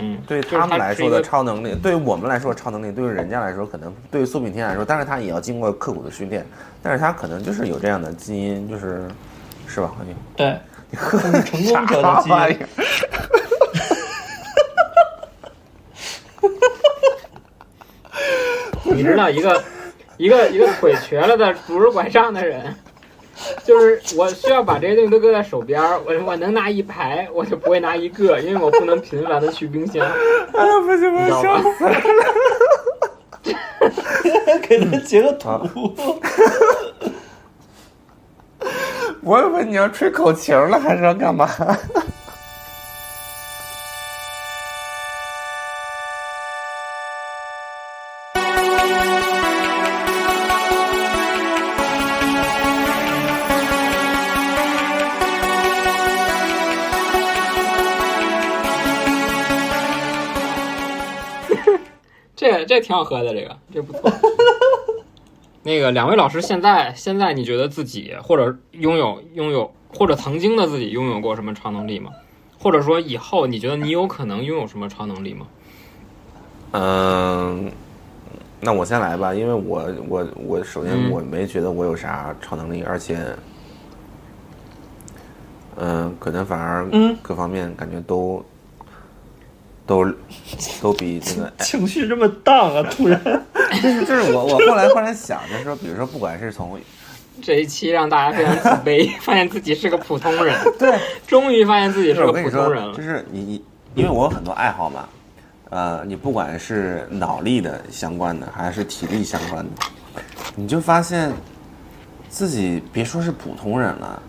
Speaker 1: 嗯，
Speaker 2: 对
Speaker 1: 就是
Speaker 2: 他们
Speaker 1: 他
Speaker 2: 来
Speaker 1: 是
Speaker 2: 说
Speaker 1: 一
Speaker 2: 的
Speaker 1: 个
Speaker 2: 超能力，对于我们来说的超能力，对于人家来说可能对于苏炳添来说，但是他也要经过刻苦的训练，但是他可能就是有这样的基因，就是是吧？你
Speaker 3: 对，成功
Speaker 2: [laughs]
Speaker 3: 者的基
Speaker 2: 啥玩意
Speaker 3: 因
Speaker 2: 儿。
Speaker 1: 你知道一个一个一个腿瘸了的拄着拐杖的人，就是我需要把这些东西都搁在手边儿，我我能拿一排，我就不会拿一个，因为我不能频繁的去冰箱，
Speaker 2: [laughs] 哎呀，不行不
Speaker 1: 你知道
Speaker 2: 行，笑
Speaker 1: 吧
Speaker 2: 死！ [laughs]
Speaker 3: [laughs] 给他截个图。
Speaker 2: 我以为你要吹口琴了，还是要干嘛？
Speaker 1: [laughs] 这这挺好喝的，这个这不错。 [laughs] 那个两位老师，现在现在你觉得自己或者拥有拥有或者曾经的自己拥有过什么超能力吗？或者说以后你觉得你有可能拥有什么超能力吗？
Speaker 2: 嗯，那我先来吧，因为我我我首先
Speaker 1: 嗯
Speaker 2: 我没觉得我有啥超能力，而且，嗯，可能反而
Speaker 3: 嗯，
Speaker 2: 各方面感觉都、都都比那 [laughs] 个
Speaker 3: 情绪这么荡啊！突然，
Speaker 2: 就是就是我我后来忽然想的时候，比如说不管是从
Speaker 1: 这一期让大家非常自卑，发现自己是个普通人，
Speaker 2: 对，
Speaker 1: 终于发现自己
Speaker 2: 就是是
Speaker 1: 个
Speaker 2: 我跟
Speaker 1: 普
Speaker 2: 你
Speaker 1: 通
Speaker 2: 说
Speaker 1: 人，了
Speaker 2: 就。是你你，因为我有很多爱好嘛，呃，你不管是脑力的相关的，还是体力相关的，你就发现自己别说是普通人了，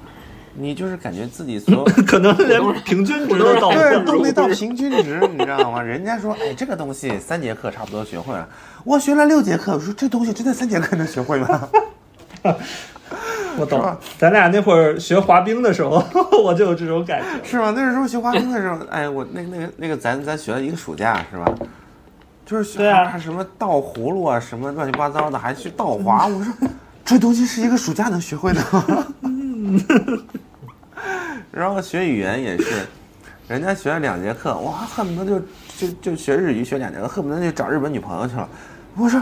Speaker 2: 你就是感觉自己所
Speaker 1: [laughs]
Speaker 2: 有
Speaker 3: 可能连平均值都到不
Speaker 2: 对
Speaker 3: 了。
Speaker 2: 都没到平均值，你知道吗？人家说，哎，这个东西三节课差不多学会了，我学了六节课，我说这东西真的三节课能学会吗？
Speaker 3: 我
Speaker 2: 是
Speaker 3: 懂
Speaker 2: 吧。
Speaker 3: 咱俩那会儿学滑冰的时候， [laughs] 我就有这种感觉。
Speaker 2: [laughs] 是吧？那时候学滑冰的时候，哎，我那那个那个咱咱学了一个暑假是吧？就是学
Speaker 3: 对啊
Speaker 2: 还什么倒葫芦啊，什么乱七八糟的，还去倒滑。我说这东西是一个暑假能学会的吗？ [laughs] 然后学语言也是，人家学了两节课，哇，恨不得就就就学日语学两节课，恨不得就找日本女朋友去了。我说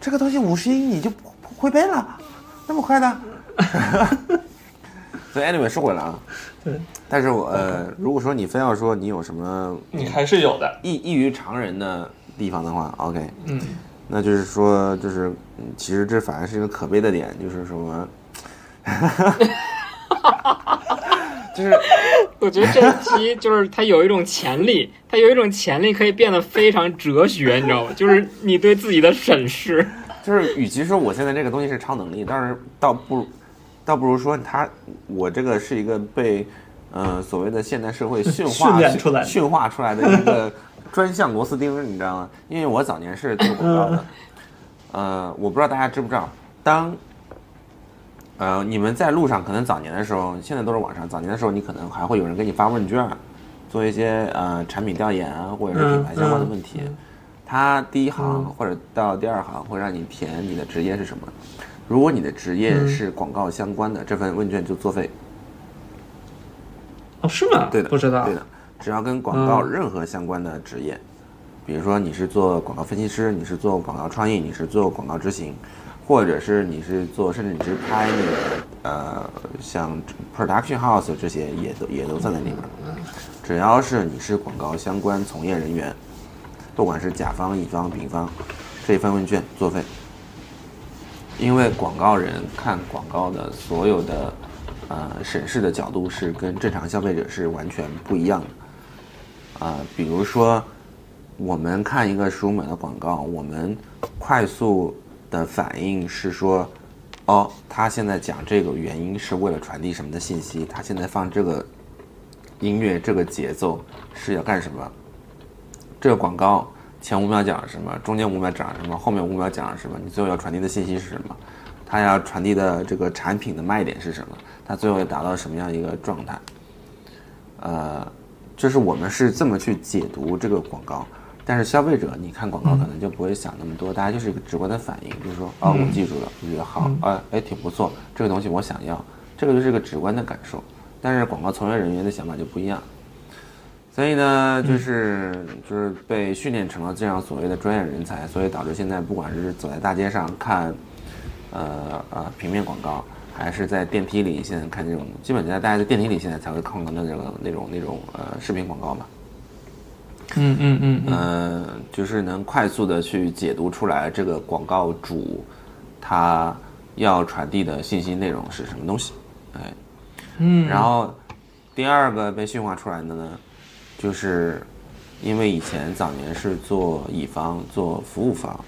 Speaker 2: 这个东西五十音你就不不会背了，那么快的。 [laughs] 所以 anyway 说回来啊，
Speaker 3: 对，
Speaker 2: 但是我呃，如果说你非要说你有什么
Speaker 3: 你还是有的。
Speaker 2: 异异于常人的地方的话，OK，
Speaker 3: 嗯，
Speaker 2: 那就是说，就是嗯其实这反而是一个可悲的点，就是什么，就是
Speaker 1: 我觉得这一期就是它有一种潜力，它有一种潜力可以变得非常哲学，你知道吗？就是你对自己的审视。
Speaker 2: 就是，与其说我现在这个东西是超能力，但是倒不如倒不如说他我这个是一个被呃所谓的现代社会驯化
Speaker 3: 训练出来的
Speaker 2: 驯化出来的一个专项螺丝钉，你知道吗？因为我早年是做广告
Speaker 3: [laughs]
Speaker 2: 的，呃，我不知道大家知不知道，当呃你们在路上可能早年的时候，现在都是网上，早年的时候你可能还会有人给你发问卷儿，做一些呃产品调研啊，或者是品牌相关的
Speaker 3: 嗯
Speaker 2: 问题。它第一行或者到第二行会让你填你的职业是什么。如果你的职业
Speaker 3: 嗯
Speaker 2: 是广告相关的，这份问卷就作废。
Speaker 3: 哦，是吗？
Speaker 2: 对的，
Speaker 3: 不知道
Speaker 2: 对。的，只要跟广告
Speaker 3: 嗯
Speaker 2: 任何相关的职业，比如说你是做广告分析师，你是做广告创意，你是做广告执行，或者是你是做，甚至你是拍那个呃，像 production house 这些也都也都算在里面。只要是你是广告相关从业人员，不管是甲方、乙方、丙方，这一份问卷作废。因为广告人看广告的所有的呃审视的角度是跟正常消费者是完全不一样的。啊、比如说我们看一个十五秒的广告，我们快速的反应是说，哦，他现在讲这个原因是为了传递什么的信息，他现在放这个音乐这个节奏是要干什么？这个广告前五秒讲什么，中间五秒讲什么，后面五秒讲什么，你最后要传递的信息是什么，它要传递的这个产品的卖点是什么，它最后要达到什么样一个状态？呃，就是我们是这么去解读这个广告，但是消费者你看广告可能就不会想那么多，大家就是一个直观的反应，就是说，哦，我记住了，我觉得好，哎哎，挺不错，这个东西我想要，这个就是一个直观的感受。但是广告从业人员的想法就不一样，所以呢，就是就是被训练成了这样所谓的专业人才，所以导致现在不管是走在大街上看，呃呃平面广告，还是在电梯里现在看这种，基本现在大家在电梯里现在才会看到那种那种那种呃视频广告嘛，
Speaker 3: 嗯嗯嗯嗯，
Speaker 2: 嗯，就是能快速的去解读出来这个广告主他要传递的信息内容是什么东西，哎，嗯，然后第二个被驯化出来的呢，就是因为以前早年是做乙方、做服务方，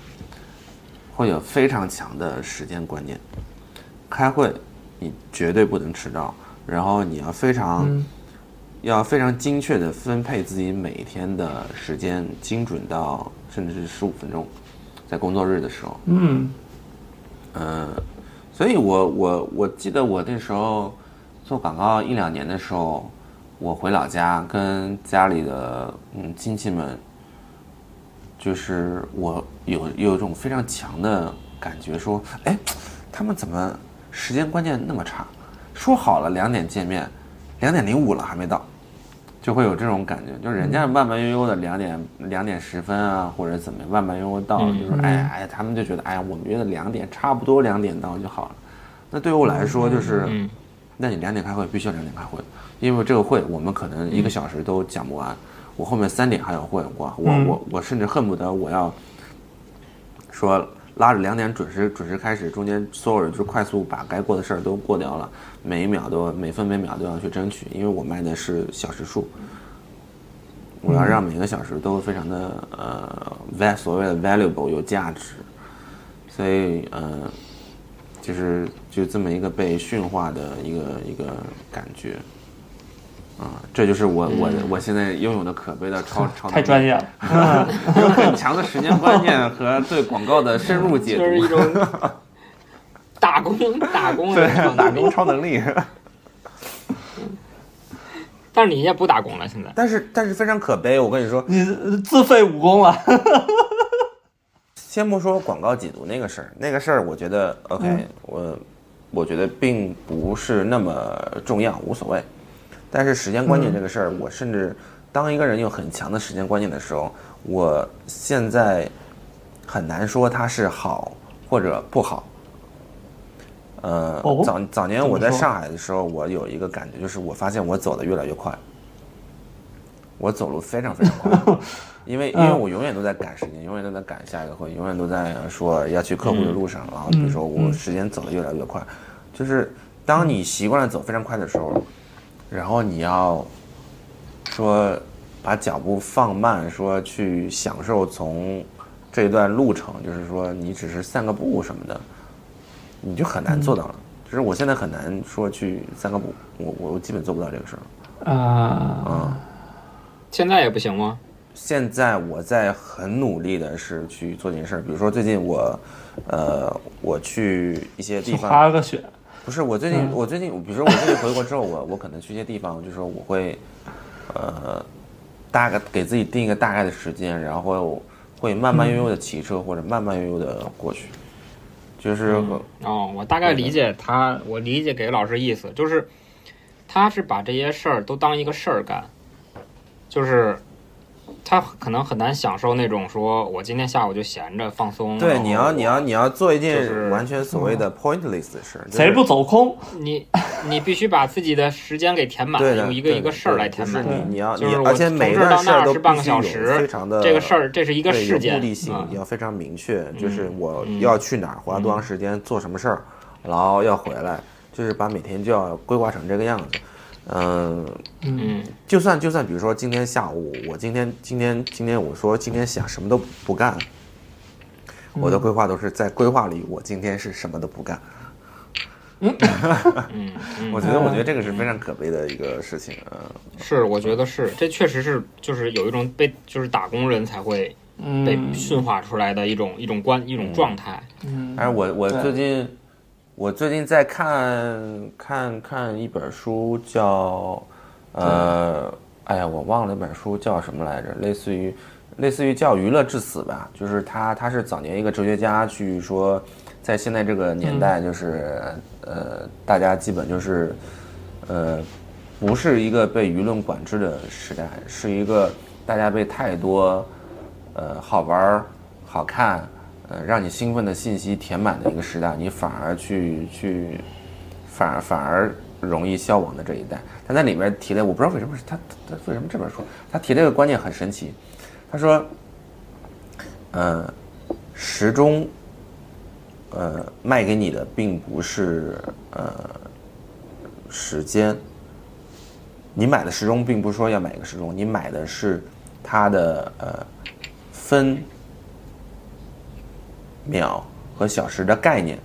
Speaker 2: 会有非常强的时间观念，开会你绝对不能迟到，然后你要非常、
Speaker 3: 嗯
Speaker 2: 要非常精确的分配自己每天的时间，精准到甚至是十五分钟，在工作日的时候，
Speaker 3: 嗯
Speaker 2: 嗯，所以我我我记得我那时候做广告一两年的时候，我回老家跟家里的嗯亲戚们，就是我有有一种非常强的感觉，说，哎，他们怎么时间观念那么差？说好了两点见面，两点零五了还没到，就会有这种感觉，就是人
Speaker 1: 嗯
Speaker 2: 家慢慢悠悠的两点两点十分啊，或者怎么样，慢慢悠悠
Speaker 1: 嗯
Speaker 2: 到，就是哎呀哎呀，他们就觉得哎呀，我们约的两点差不多两点到就好了。那对于我来说就是，
Speaker 1: 嗯
Speaker 2: 那你两点开会必须要两点开会，因为这个会我们可能一个小时都讲不完，我后面三点还有会，我我
Speaker 3: 嗯
Speaker 2: 我我甚至恨不得我要说拉着两点准时准时开始，中间所有人就快速把该过的事儿都过掉了，每一秒都每分每秒都要去争取，因为我卖的是小时数，我要让每个小时都非常的呃 val 所谓的 valuable 有价值，所以呃就是就这么一个被驯化的一个一个感觉。啊、这就是我我我现在拥有的可悲的
Speaker 3: [laughs]
Speaker 2: 超超能
Speaker 3: 嗯太
Speaker 2: 力
Speaker 3: 专业了。
Speaker 2: 有很强的时间观念和对广告的深入解
Speaker 1: 就是一
Speaker 2: 读，
Speaker 1: 种
Speaker 2: [laughs]
Speaker 1: 打工打工
Speaker 2: 对
Speaker 1: 的超
Speaker 2: 打
Speaker 1: 能力
Speaker 2: 工超能力。
Speaker 1: 但是你也不打工了，现在
Speaker 2: 但是但是非常可悲，我跟你说，
Speaker 3: 你自废武功了，
Speaker 2: 先不说广告解读那个事儿，那个事儿我觉得 OK，、我我觉得并不是那么重要，无所谓。但是时间观念这个事儿，我甚至当一个人有很强的时间观念的时候，我现在很难说它是好或者不好。呃，
Speaker 3: 哦
Speaker 2: 早早年
Speaker 3: 怎么
Speaker 2: 我在
Speaker 3: 说
Speaker 2: 上海的时候，我有一个感觉，就是我发现我走得越来越快，我走路非常非常
Speaker 3: [laughs]
Speaker 2: 快，因为因
Speaker 3: 嗯
Speaker 2: 为我永远都在赶时间，永远都在赶下一个会，永远都在说要去客户
Speaker 3: 嗯
Speaker 2: 的路上，然后比如说我时间走得越来越快，就是当你习惯了走非常快的时候，然后你要说把脚步放慢，说去享受从这段路程，就是说你只是散个步什么的，你就很难做到了。就是我现在很难说去散个步，我我我基本做不到这个事儿。
Speaker 3: 啊，
Speaker 2: 嗯，
Speaker 1: 现在也不行吗？
Speaker 2: 现在我在很努力的是去做这件事儿，比如说最近我，呃，我去一些地
Speaker 3: 就
Speaker 2: 方，
Speaker 3: 滑了个雪，
Speaker 2: 不是我最
Speaker 1: 嗯
Speaker 2: 近，我最近，比如说我最近回国之后，我我 [laughs] 可能去一些地方，就说我会，呃，大概给自己定一个大概的时间，然后会慢慢悠悠的骑车、或者慢慢悠悠的过去，就是、
Speaker 1: 哦，我大概理解他，我理解给老师意思就是，他是把这些事儿都当一个事儿干，就是他可能很难享受那种说我今天下午就闲着放松。
Speaker 2: 对，
Speaker 1: 然后
Speaker 2: 你要你要你要做一
Speaker 1: 嗯就是嗯
Speaker 2: 件完全所谓的 pointless 的事，就是
Speaker 3: 谁不走空？
Speaker 1: 你你必须把自己的时间给填满，
Speaker 2: 对的，
Speaker 1: 用一个
Speaker 2: 对
Speaker 1: 一个
Speaker 2: 的
Speaker 1: 事儿
Speaker 2: 对
Speaker 1: 来
Speaker 2: 就
Speaker 1: 填
Speaker 2: 是
Speaker 1: 满。
Speaker 2: 你你要
Speaker 1: 就
Speaker 2: 你
Speaker 1: 是，我
Speaker 2: 而且
Speaker 1: 从
Speaker 2: 每一
Speaker 1: 这儿
Speaker 2: 段
Speaker 1: 到
Speaker 2: 事
Speaker 1: 那
Speaker 2: 儿
Speaker 1: 儿
Speaker 2: 都
Speaker 1: 是
Speaker 2: 必
Speaker 1: 半个
Speaker 2: 须
Speaker 1: 小
Speaker 2: 有
Speaker 1: 时，
Speaker 2: 非常的
Speaker 1: 这个事儿这是一个
Speaker 2: 对，有
Speaker 1: 事件，
Speaker 2: 目的性
Speaker 1: 嗯
Speaker 2: 要非常明确，就是我要去哪儿，花多长时间，做什么事儿，然后要回来，就是把每天就要规划成这个样子。嗯，
Speaker 1: 嗯
Speaker 2: 就算就算比如说今天下午，我今天今天今天我说今天想什么都不干，我的规划都是在规划里，我今天是什么都不干。
Speaker 1: 嗯嗯，
Speaker 2: 我觉得我觉得这个是非常可悲的一个事情。嗯，
Speaker 1: 是，我觉得是，这确实是，就是有一种被就是打工人才会被
Speaker 3: 嗯
Speaker 1: 驯化出来的一种一种观一种状态。
Speaker 3: 嗯
Speaker 2: 但是我我
Speaker 3: 对
Speaker 2: 最近我最近在看看看一本书叫呃，哎呀，我忘了那本书叫什么来着，类似于类似于叫《娱乐至死》吧，就是他他是早年一个哲学家去说，在现在这个年
Speaker 3: 嗯
Speaker 2: 代，就是、呃，大家基本就是呃，不是一个被舆论管制的时代，是一个大家被太多呃好玩儿、好看、呃让你兴奋的信息填满的一个时代，你反而去去反而反而容易消亡的这一代。他在里面提了，我不知道为什么是他他他为什么这本书，他提这个观念很神奇，他说，呃，时钟。呃，卖给你的并不是呃时间，你买的时钟并不是说要买个时钟，你买的是它的呃分、秒和小时的概念，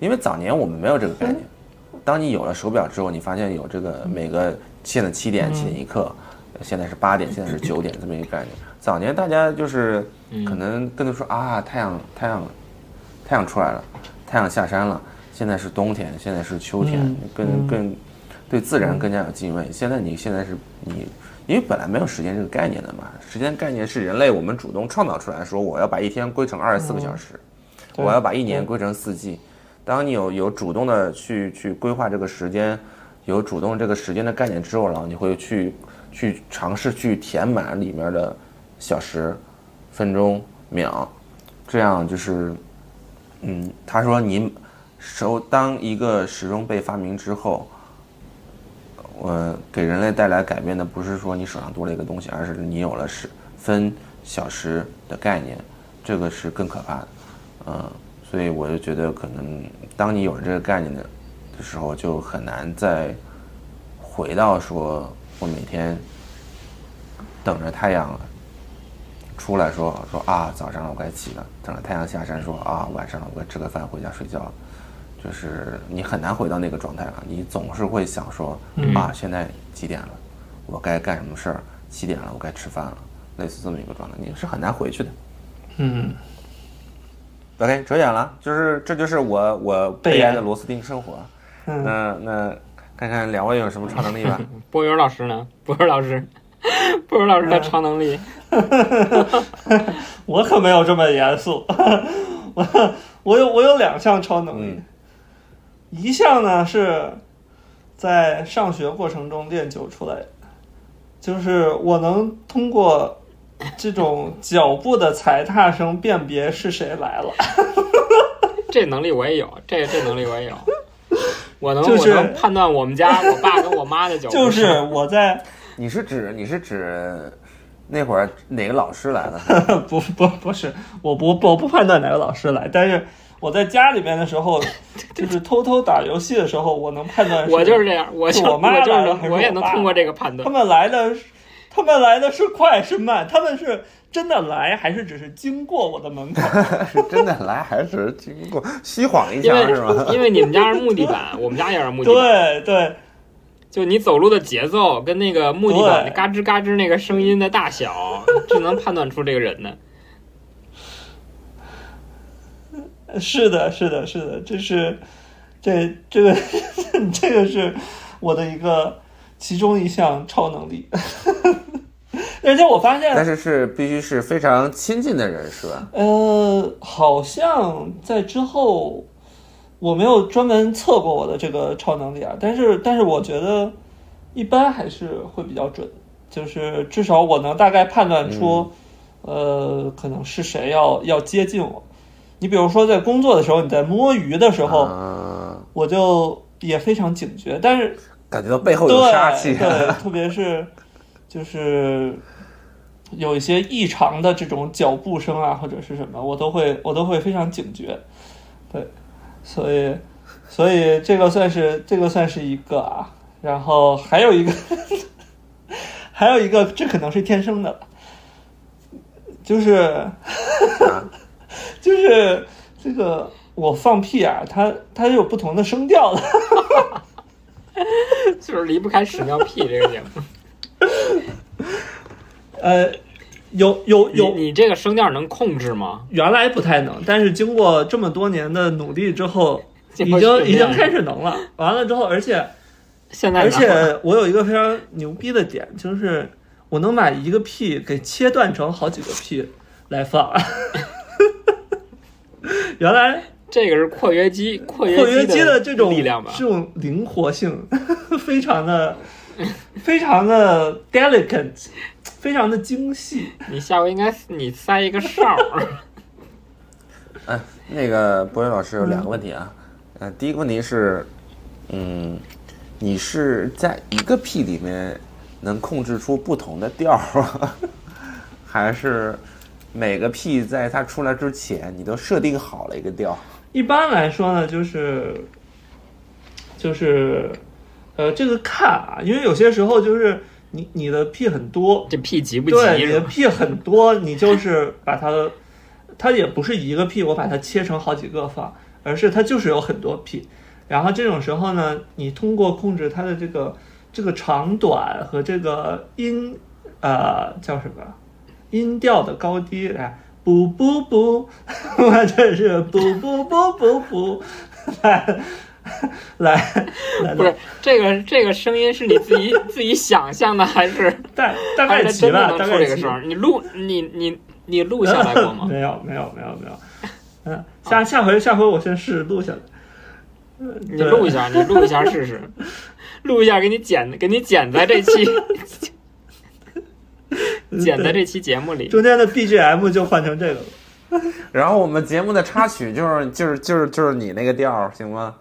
Speaker 2: 因为早年我们没有这个概念。当你有了手表之后，你发现有这个每个现在七点、七点一刻，现在是八点，现在是九点这么一个概念。早年大家就是可能更多说啊，太阳太阳太阳出来了，太阳下山了，现在是冬天，现在是秋天，
Speaker 3: 嗯
Speaker 2: 更更对自然更加有敬畏。现在你现在是你，因为本来没有时间这个概念的嘛，时间概念是人类我们主动创造出来，说我要把一天归成二十四个小时，
Speaker 3: 嗯对
Speaker 2: 我要把一年归成四季。当你有有主动的去去规划这个时间，有主动这个时间的概念之后，然后你会去去尝试去填满里面的小时、分钟、秒，这样就是，嗯，他说你手当一个时钟被发明之后，呃，给人类带来改变的不是说你手上多了一个东西，而是你有了时分小时的概念，这个是更可怕的。嗯，所以我就觉得，可能当你有了这个概念的的时候，就很难再回到说我每天等着太阳出来说说啊，早上了我该起了，等着太阳下山说啊，晚上了我该吃个饭回家睡觉了。就是你很难回到那个状态了，你总是会想说、
Speaker 1: 嗯
Speaker 2: 啊，现在几点了，我该干什么事儿？七点了，我该吃饭了，类似这么一个状态，你是很难回去的。
Speaker 3: 嗯，
Speaker 2: OK，扯远了，就是这就是我我悲哀的螺丝钉生活。
Speaker 3: 嗯
Speaker 2: 那那看看两位有什么超能力
Speaker 1: [laughs]
Speaker 2: 吧？
Speaker 1: 波云老师呢？波云老师， [laughs] 波云老
Speaker 3: 嗯
Speaker 1: 师的超能力，
Speaker 3: 我可没有这么严肃， [laughs] 我我有我有两项超能力，一项呢是在上学过程中练就出来的，就是我能通过这种脚步的踩踏声辨别是谁来了。
Speaker 1: 这能力我也有，这这能力我也有。我能、
Speaker 3: 就是
Speaker 1: 我能判断我们家我爸跟我妈的脚步，
Speaker 3: 就是我在
Speaker 2: 你是指你是指那会儿哪个老师来了？
Speaker 3: [laughs] 不不不是，我不我不判断哪个老师来，但是我在家里面的时 [laughs] 候，就是偷偷打游戏的时候，我能判断
Speaker 1: 我就是这样，我就是
Speaker 3: 我妈
Speaker 1: 我就是
Speaker 3: 来了
Speaker 1: 能
Speaker 3: 还是
Speaker 1: 我也
Speaker 3: 我
Speaker 1: 能
Speaker 3: 爸
Speaker 1: 通过这个判
Speaker 3: 他
Speaker 1: 断。
Speaker 3: 们来的是，他们来的是快是慢，他们是真的来还是只是经过我的门口？
Speaker 2: [laughs] 是真的来还是经过虚晃一
Speaker 1: 因
Speaker 2: 枪
Speaker 1: 为
Speaker 2: 是吗？
Speaker 1: 因为你们家是木地板，我们家也是木地板，
Speaker 3: 对对
Speaker 1: 就你走路的节奏跟那个木地板
Speaker 3: 对
Speaker 1: 嘎吱嘎吱那个声音的大小，是能判断出这个人的。
Speaker 3: 是的，是的，是的，这是这这个 [laughs] 这个是我的一个其中一项超能力， [laughs] 而且我发现
Speaker 2: 但是是必须是非常亲近的人是吧？
Speaker 3: 呃，好像在之后我没有专门测过我的这个超能力啊，但是但是我觉得一般还是会比较准，就是至少我能大概判断出，呃，可能是谁要要接近我。你比如说在工作的时候，你在摸鱼的时候，
Speaker 2: 嗯，
Speaker 3: 我就也非常警觉，但是
Speaker 2: 感觉到背后有杀气。[laughs]
Speaker 3: 对，对特别是就是有一些异常的这种脚步声啊，或者是什么，我都会我都会非常警觉。对，所以所以这个算是这个算是一个啊，然后还有一个 [laughs] 还有一个，这可能是天生的了，就是
Speaker 2: 啊
Speaker 3: [laughs] 就是这个我放屁啊，它它有不同的声调的。
Speaker 1: 就是离不开屎尿屁这个节目。
Speaker 3: 呃，有有
Speaker 1: 你
Speaker 3: 有，
Speaker 1: 你这个声调能控制吗？
Speaker 3: 原来不太能，但是经过这么多年的努力之后，已
Speaker 1: 经过
Speaker 3: 经
Speaker 1: 训
Speaker 3: 已经
Speaker 1: 练
Speaker 3: 开始能了。完了之后，而且
Speaker 1: 现在
Speaker 3: 而
Speaker 1: 呢
Speaker 3: 且我有一个非常牛逼的点，就是我能把一个屁给切断成好几个屁
Speaker 1: [laughs]
Speaker 3: 来放。原来
Speaker 1: 这个是括约肌括
Speaker 3: 括约
Speaker 1: 肌
Speaker 3: 肌的这种
Speaker 1: 力量吧？
Speaker 3: 这种灵活性 [laughs] 非常的非常的 delicate，非常的精细。
Speaker 1: 你下回应该你塞一个哨
Speaker 3: [laughs]
Speaker 1: 儿，
Speaker 2: 哎，那个博远老师有两个问题啊，
Speaker 3: 嗯
Speaker 2: 呃，第一个问题是，嗯，你是在一个 P 里面能控制出不同的调儿吗， [laughs] 还是每个 P 在它出来之前你都设定好了一个调儿？
Speaker 3: 一般来说呢，就是就是呃，这个看啊，因为有些时候就是你你的屁很多，
Speaker 1: 这屁急不
Speaker 3: 对
Speaker 1: 急
Speaker 3: 你的
Speaker 1: 是吧？
Speaker 3: 屁很多，你就是把它，它也不是一个屁，我把它切成好几个放，而是它就是有很多屁。然后这种时候呢，你通过控制它的这个这个长短和这个音，呃，叫什么音调的高低，哎，不不不， [laughs] 或者是不不不不不， [laughs] 来来来，
Speaker 1: 不是这个这个声音是你自
Speaker 3: [laughs]
Speaker 1: 己自己想象的，还是
Speaker 3: 大大
Speaker 1: 还
Speaker 3: 概
Speaker 1: 是
Speaker 3: 齐
Speaker 1: 真的
Speaker 3: 吧，
Speaker 1: 能
Speaker 3: 大
Speaker 1: 出
Speaker 3: 概
Speaker 1: 这个
Speaker 3: 齐
Speaker 1: 声。儿？你录你你你录
Speaker 3: [laughs]
Speaker 1: 下来过吗？
Speaker 3: 没有，没有，没有，没有。嗯，下下回下回我先试录下来。
Speaker 1: 你录一下，你录一下试
Speaker 3: [laughs]
Speaker 1: 试，录一下给你剪给你剪在这期 [laughs] 剪在这期节目里。
Speaker 3: 中间的 BGM 就换成这个了。
Speaker 2: 然后我们节目的插曲就是 [laughs] 就是就是就是你那个调儿，行吗？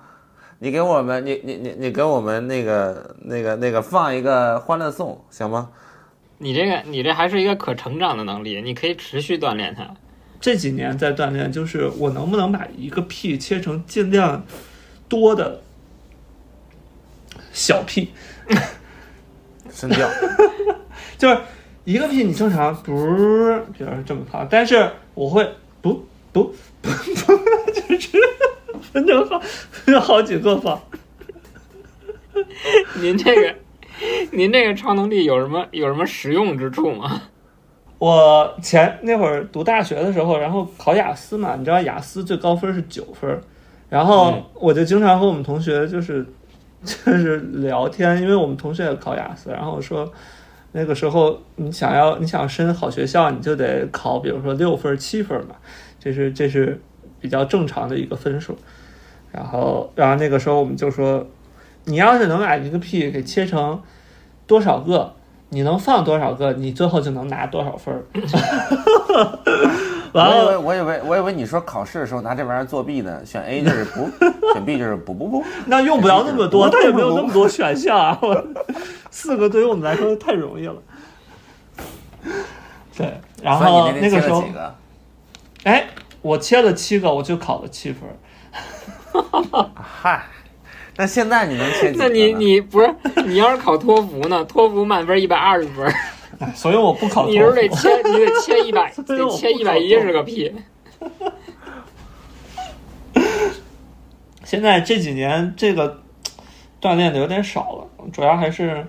Speaker 2: 你给我们你你你你给我们那个那个那个放一个《欢乐颂》行吗？
Speaker 1: 你这个你这还是一个可成长的能力，你可以持续锻炼它。
Speaker 3: 这几年在锻炼，就是我能不能把一个屁切成尽量多的小屁，
Speaker 2: 声调。
Speaker 3: 就是一个屁你正常不，比如说这么放，但是我会不不不不，就是分成好分成好几个放。
Speaker 1: 您这个 [laughs] 您这个超能力有什么有什么实用之处吗？
Speaker 3: 我前那会儿读大学的时候，然后考雅思嘛，你知道雅思最高分是九分，然后
Speaker 1: 嗯
Speaker 3: 我就经常和我们同学就是 [laughs] 就是聊天，因为我们同学也考雅思，然后我说那个时候你想要你想要申好学校，你就得考比如说六分七分嘛，这是这是比较正常的一个分数。然后然后那个时候我们就说，你要是能把一个 P 给切成多少个，你能放多少个，你最后就能拿多少分儿。 [laughs] 完
Speaker 2: 我以为
Speaker 3: 了，
Speaker 2: 我以为我以为你说考试的时候拿这玩意儿作弊呢，选 A 就是不，选 B 就是不不不。
Speaker 3: 那用不了那么多，
Speaker 2: 我
Speaker 3: 它也没有那么多选项啊。我四个对于我们来说太
Speaker 2: [laughs]
Speaker 3: 容易了。对，然后
Speaker 2: 所以你那天切
Speaker 3: 个时
Speaker 2: 了
Speaker 3: 候
Speaker 2: 几，个？
Speaker 3: 哎，我切了七个，我就考了七分儿。
Speaker 2: 嗨，那现在你能切几个
Speaker 1: [laughs] 那
Speaker 2: 呢？
Speaker 3: [laughs]
Speaker 1: 你你不是你要是考托福呢？托福满分一百二十分，
Speaker 3: 哎所以我不考托
Speaker 1: 你是不是得
Speaker 3: 福
Speaker 1: 切你得切一
Speaker 3: [laughs]
Speaker 1: 百
Speaker 3: 对
Speaker 1: 得
Speaker 3: 我不
Speaker 1: 切一
Speaker 3: 考
Speaker 1: 百
Speaker 3: 托
Speaker 1: 一十个屁。
Speaker 3: 现在这几年这个锻炼的有点少了，主要还是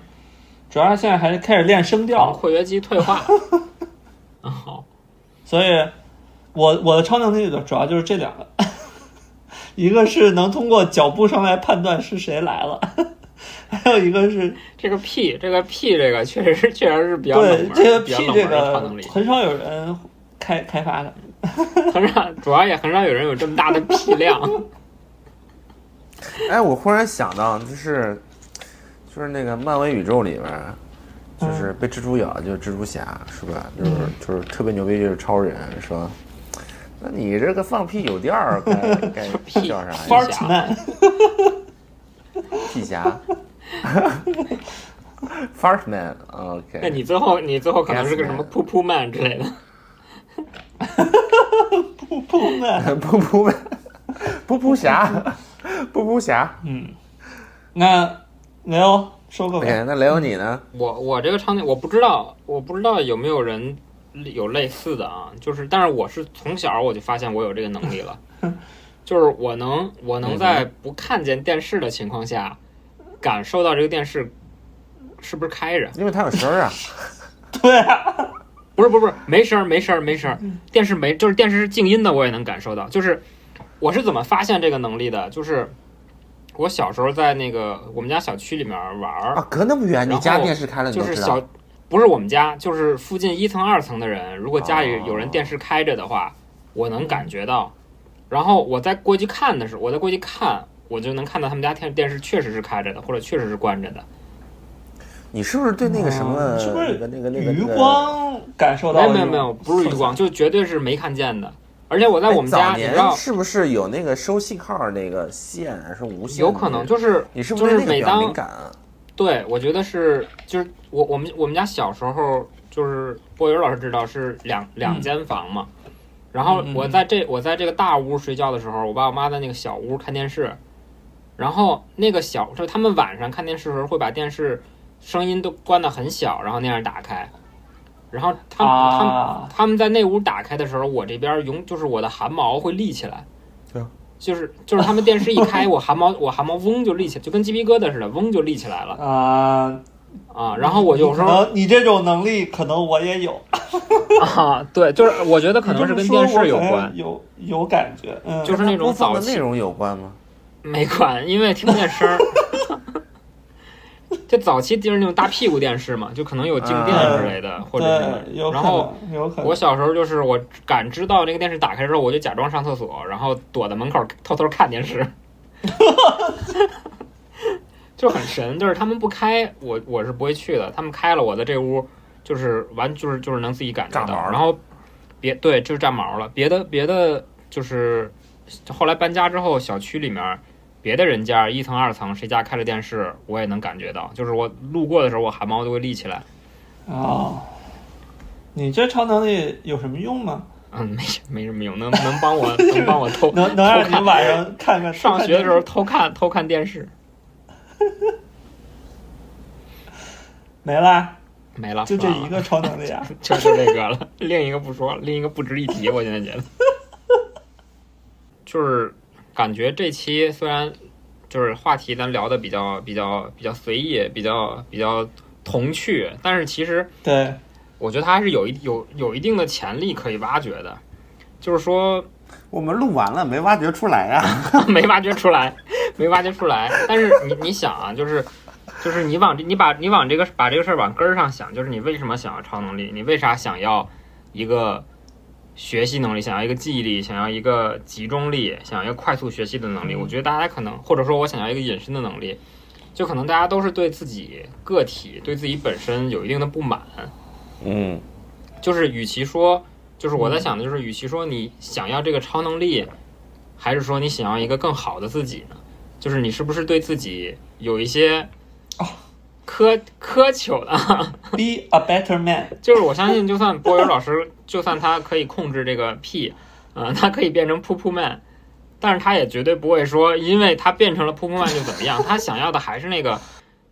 Speaker 3: 主要现在还开始练声调
Speaker 1: 然后
Speaker 3: 了，
Speaker 1: 括约肌退
Speaker 3: [laughs]
Speaker 1: 化。好，
Speaker 3: 所以我我的超能力的主要就是这两个， [laughs] 一个是能通过脚步声来判断是谁来了， [laughs] 还有一个是
Speaker 1: 这个 P 这个 P 这个确实是确实是比较冷
Speaker 3: 对
Speaker 1: 门儿，
Speaker 3: 这个
Speaker 1: 比较
Speaker 3: P
Speaker 1: 冷
Speaker 3: 这
Speaker 1: 门的超
Speaker 3: 个
Speaker 1: 能力，
Speaker 3: 很少有人开开发的，
Speaker 1: 很少，主要也很少有人有这么大的屁
Speaker 3: [laughs]
Speaker 1: 量。
Speaker 2: 哎，我忽然想到，就是就是那个漫威宇宙里边儿，就是被蜘蛛咬就是蜘蛛侠是吧？就是就是特别牛逼就是超人是吧？那你这个放屁有调儿，该该
Speaker 1: 屁
Speaker 2: 叫啥呀？
Speaker 1: fart
Speaker 3: 挺难。
Speaker 2: 屁侠 [laughs] ，Fart Man，OK。
Speaker 1: 那你最后你最后可能是个什么
Speaker 2: Gasman
Speaker 1: 噗噗 man 之类的。
Speaker 3: 不不
Speaker 1: [laughs]
Speaker 3: 卖。
Speaker 2: [laughs] 噗噗呗，噗噗侠，噗噗侠。
Speaker 3: 嗯那没有说个吧，
Speaker 2: OK，那雷哎欧你呢？
Speaker 1: 我我这个场景我不知道，我不知道有没有人有类似的啊，就是，但是我是从小我就发现我有这个能力了，就是我能我能在不看见电视的情况下，感受到这个电视是不是开着，
Speaker 2: 因为他有声儿啊，
Speaker 3: 对啊，
Speaker 1: 不是不是不是，没声儿没声儿没声儿，电视没就是电视是静音的，我也能感受到。就是我是怎么发现这个能力的？就是我小时候在那个我们家小区里面玩儿，
Speaker 2: 啊，隔那么远，你
Speaker 1: 然
Speaker 2: 家
Speaker 1: 后
Speaker 2: 电视开了你
Speaker 1: 就
Speaker 2: 都
Speaker 1: 是
Speaker 2: 知道
Speaker 1: 小，不是我们家，就是附近一层、二层的人，如果家里有
Speaker 2: 哦
Speaker 1: 人电视开着的话，我能感觉到。然后我再过去看的时候，我再过去看，我就能看到他们家电电视确实是开着的，或者确实是关着的。
Speaker 2: 你是不是对那个什么
Speaker 3: 嗯是不是
Speaker 2: 那个那个那个哎
Speaker 3: 余
Speaker 2: 那个
Speaker 3: 光感受
Speaker 1: 没
Speaker 3: 到
Speaker 1: 有
Speaker 3: 了
Speaker 1: 没
Speaker 3: 这
Speaker 1: 有
Speaker 3: 种
Speaker 1: 没有，不是余光，就绝对是没看见的。而且我在
Speaker 2: 哎
Speaker 1: 我们
Speaker 2: 早
Speaker 1: 家，你知
Speaker 2: 年
Speaker 1: 道，
Speaker 2: 是不是有那个收信号那个线啊是无线的那个？
Speaker 1: 有可能就是
Speaker 2: 你是不
Speaker 1: 就是是
Speaker 2: 对那个
Speaker 1: 每
Speaker 2: 比较敏
Speaker 1: 当
Speaker 2: 感啊？
Speaker 1: 对，我觉得是就是我我们我们家小时候就是波云老师知道是两两间房嘛，然后
Speaker 3: 嗯嗯
Speaker 1: 我在这我在这个大屋睡觉的时候，我爸我妈在那个小屋看电视，然后那个小就他们晚上看电视的时候会把电视声音都关得很小，然后那样打开，然后他们、他们
Speaker 3: 啊，
Speaker 1: 他们在那屋打开的时候，我这边永就是我的汗毛会立起来
Speaker 2: 对啊，
Speaker 1: 就是就是他们电视一开，我汗毛我汗毛嗡就立起来，就跟鸡皮疙瘩似的，嗡就立起来了
Speaker 3: 啊，
Speaker 1: 啊。然后我有时
Speaker 3: 可
Speaker 1: 候
Speaker 3: 能你这种能力，可能我也有，
Speaker 1: 啊，对，就是我觉得可能是跟电视有
Speaker 3: 你这么说我可
Speaker 1: 关
Speaker 3: 能，有有感觉，嗯，
Speaker 1: 就是那种
Speaker 2: 播放
Speaker 1: 早
Speaker 2: 的
Speaker 1: 期
Speaker 2: 内容有关吗？
Speaker 1: 没关，因为听不见声
Speaker 3: [laughs]
Speaker 1: 儿。就早期就是那种大屁股电视嘛，就可能有静电之类的，或者是什么
Speaker 3: 嗯对，有可
Speaker 1: 然后
Speaker 3: 能，有可能，
Speaker 1: 我小时候就是我感知到那个电视打开之后，我就假装上厕所，然后躲在门口偷偷看电
Speaker 2: [laughs]
Speaker 1: 视，就很神。就是他们不开，我我是不会去的；他们开了，我在这屋就是完就是就是能自己感觉
Speaker 2: 炸
Speaker 1: 到
Speaker 2: 毛。了
Speaker 1: 然后别对，就是炸毛了。别的别的就是后来搬家之后，小区里面别的人家一层二层谁家开了电视，我也能感觉到。就是我路过的时候，我汗毛都会立起来。
Speaker 3: 哦，你这超能力有什么用吗？
Speaker 1: 嗯，没没什么用，能能帮我能帮我偷
Speaker 3: 能能让
Speaker 1: 偷
Speaker 3: 你
Speaker 1: 看
Speaker 3: 晚上看
Speaker 1: [laughs]
Speaker 3: 看
Speaker 1: 上学的时候偷看偷看电视
Speaker 3: 没啦，
Speaker 1: 没了，
Speaker 3: 就这
Speaker 1: 算啊
Speaker 3: 一
Speaker 1: 了，
Speaker 3: 个超能力啊！
Speaker 1: [laughs] 就是这个了，另一个不说了，另一个不值一提，我现在觉得， [laughs] 就是感觉这期虽然就是话题咱聊的比较比较比较随意，比较比较童趣，但是其实
Speaker 3: 对，
Speaker 1: 我觉得它还是有一有有一定的潜力可以挖掘的，就是说
Speaker 2: 我们录完了没挖掘出来啊？
Speaker 1: 没挖掘出来，没挖掘出来。但是你你想啊，就是就是你往这你把你往这个把这个事儿往根儿上想，就是你为什么想要超能力？你为啥想要一个学习能力？想要一个记忆力？想要一个集中力？想要一个快速学习的能力？我觉得大家可能，或者说我想要一个隐身的能力，就可能大家都是对自己个体、对自己本身有一定的不满。
Speaker 2: 嗯，
Speaker 1: 就是与其说，就是
Speaker 3: 嗯
Speaker 1: 我在想的就是，与其说你想要这个超能力，还是说你想要一个更好的自己呢？就是你是不是对自己有一些
Speaker 3: 哦
Speaker 1: 苛苛求的？
Speaker 3: Be a better man，
Speaker 1: [laughs] 就是我相信，就算波友老师，就算他可以控制这个 P，嗯、他可以变成噗噗 man，但是他也绝对不会说，因为他变成了噗噗 man 就怎么样，他想要的还是那个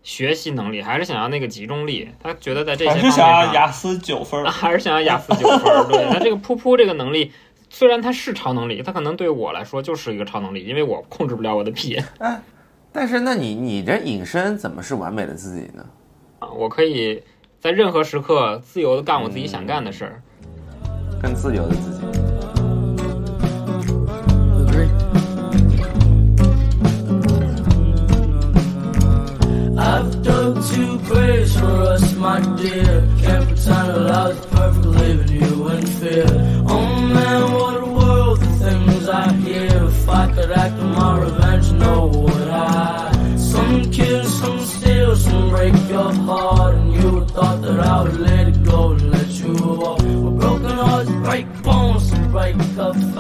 Speaker 1: 学习能力，还是想要那个集中力，他觉得在这些
Speaker 3: 还
Speaker 1: 方面
Speaker 3: 是
Speaker 1: 上
Speaker 3: 想要雅思九分儿
Speaker 1: 啊，？还是想要雅思九分儿。对，那这个噗噗这个能力，虽然它是超能力，它可能对我来说就是一个超能力，因为我控制不了我的 [laughs] 屁
Speaker 2: 但是那你你这隐身怎么是完美的自己呢？
Speaker 1: 啊，我可以在任何时刻自由的干我自己想干的事儿。
Speaker 2: 更自由的自己。
Speaker 4: I've dug two graves for us, my dear. Can't pretend that I was perfect, leaving you in fear. Oh man, what a world, the things I hear. If I could act on my revenge, no, would I? Some kill, some steal, some break your heart. And you would thought that I would let it go and let you walk. Well, broken hearts break bones, break up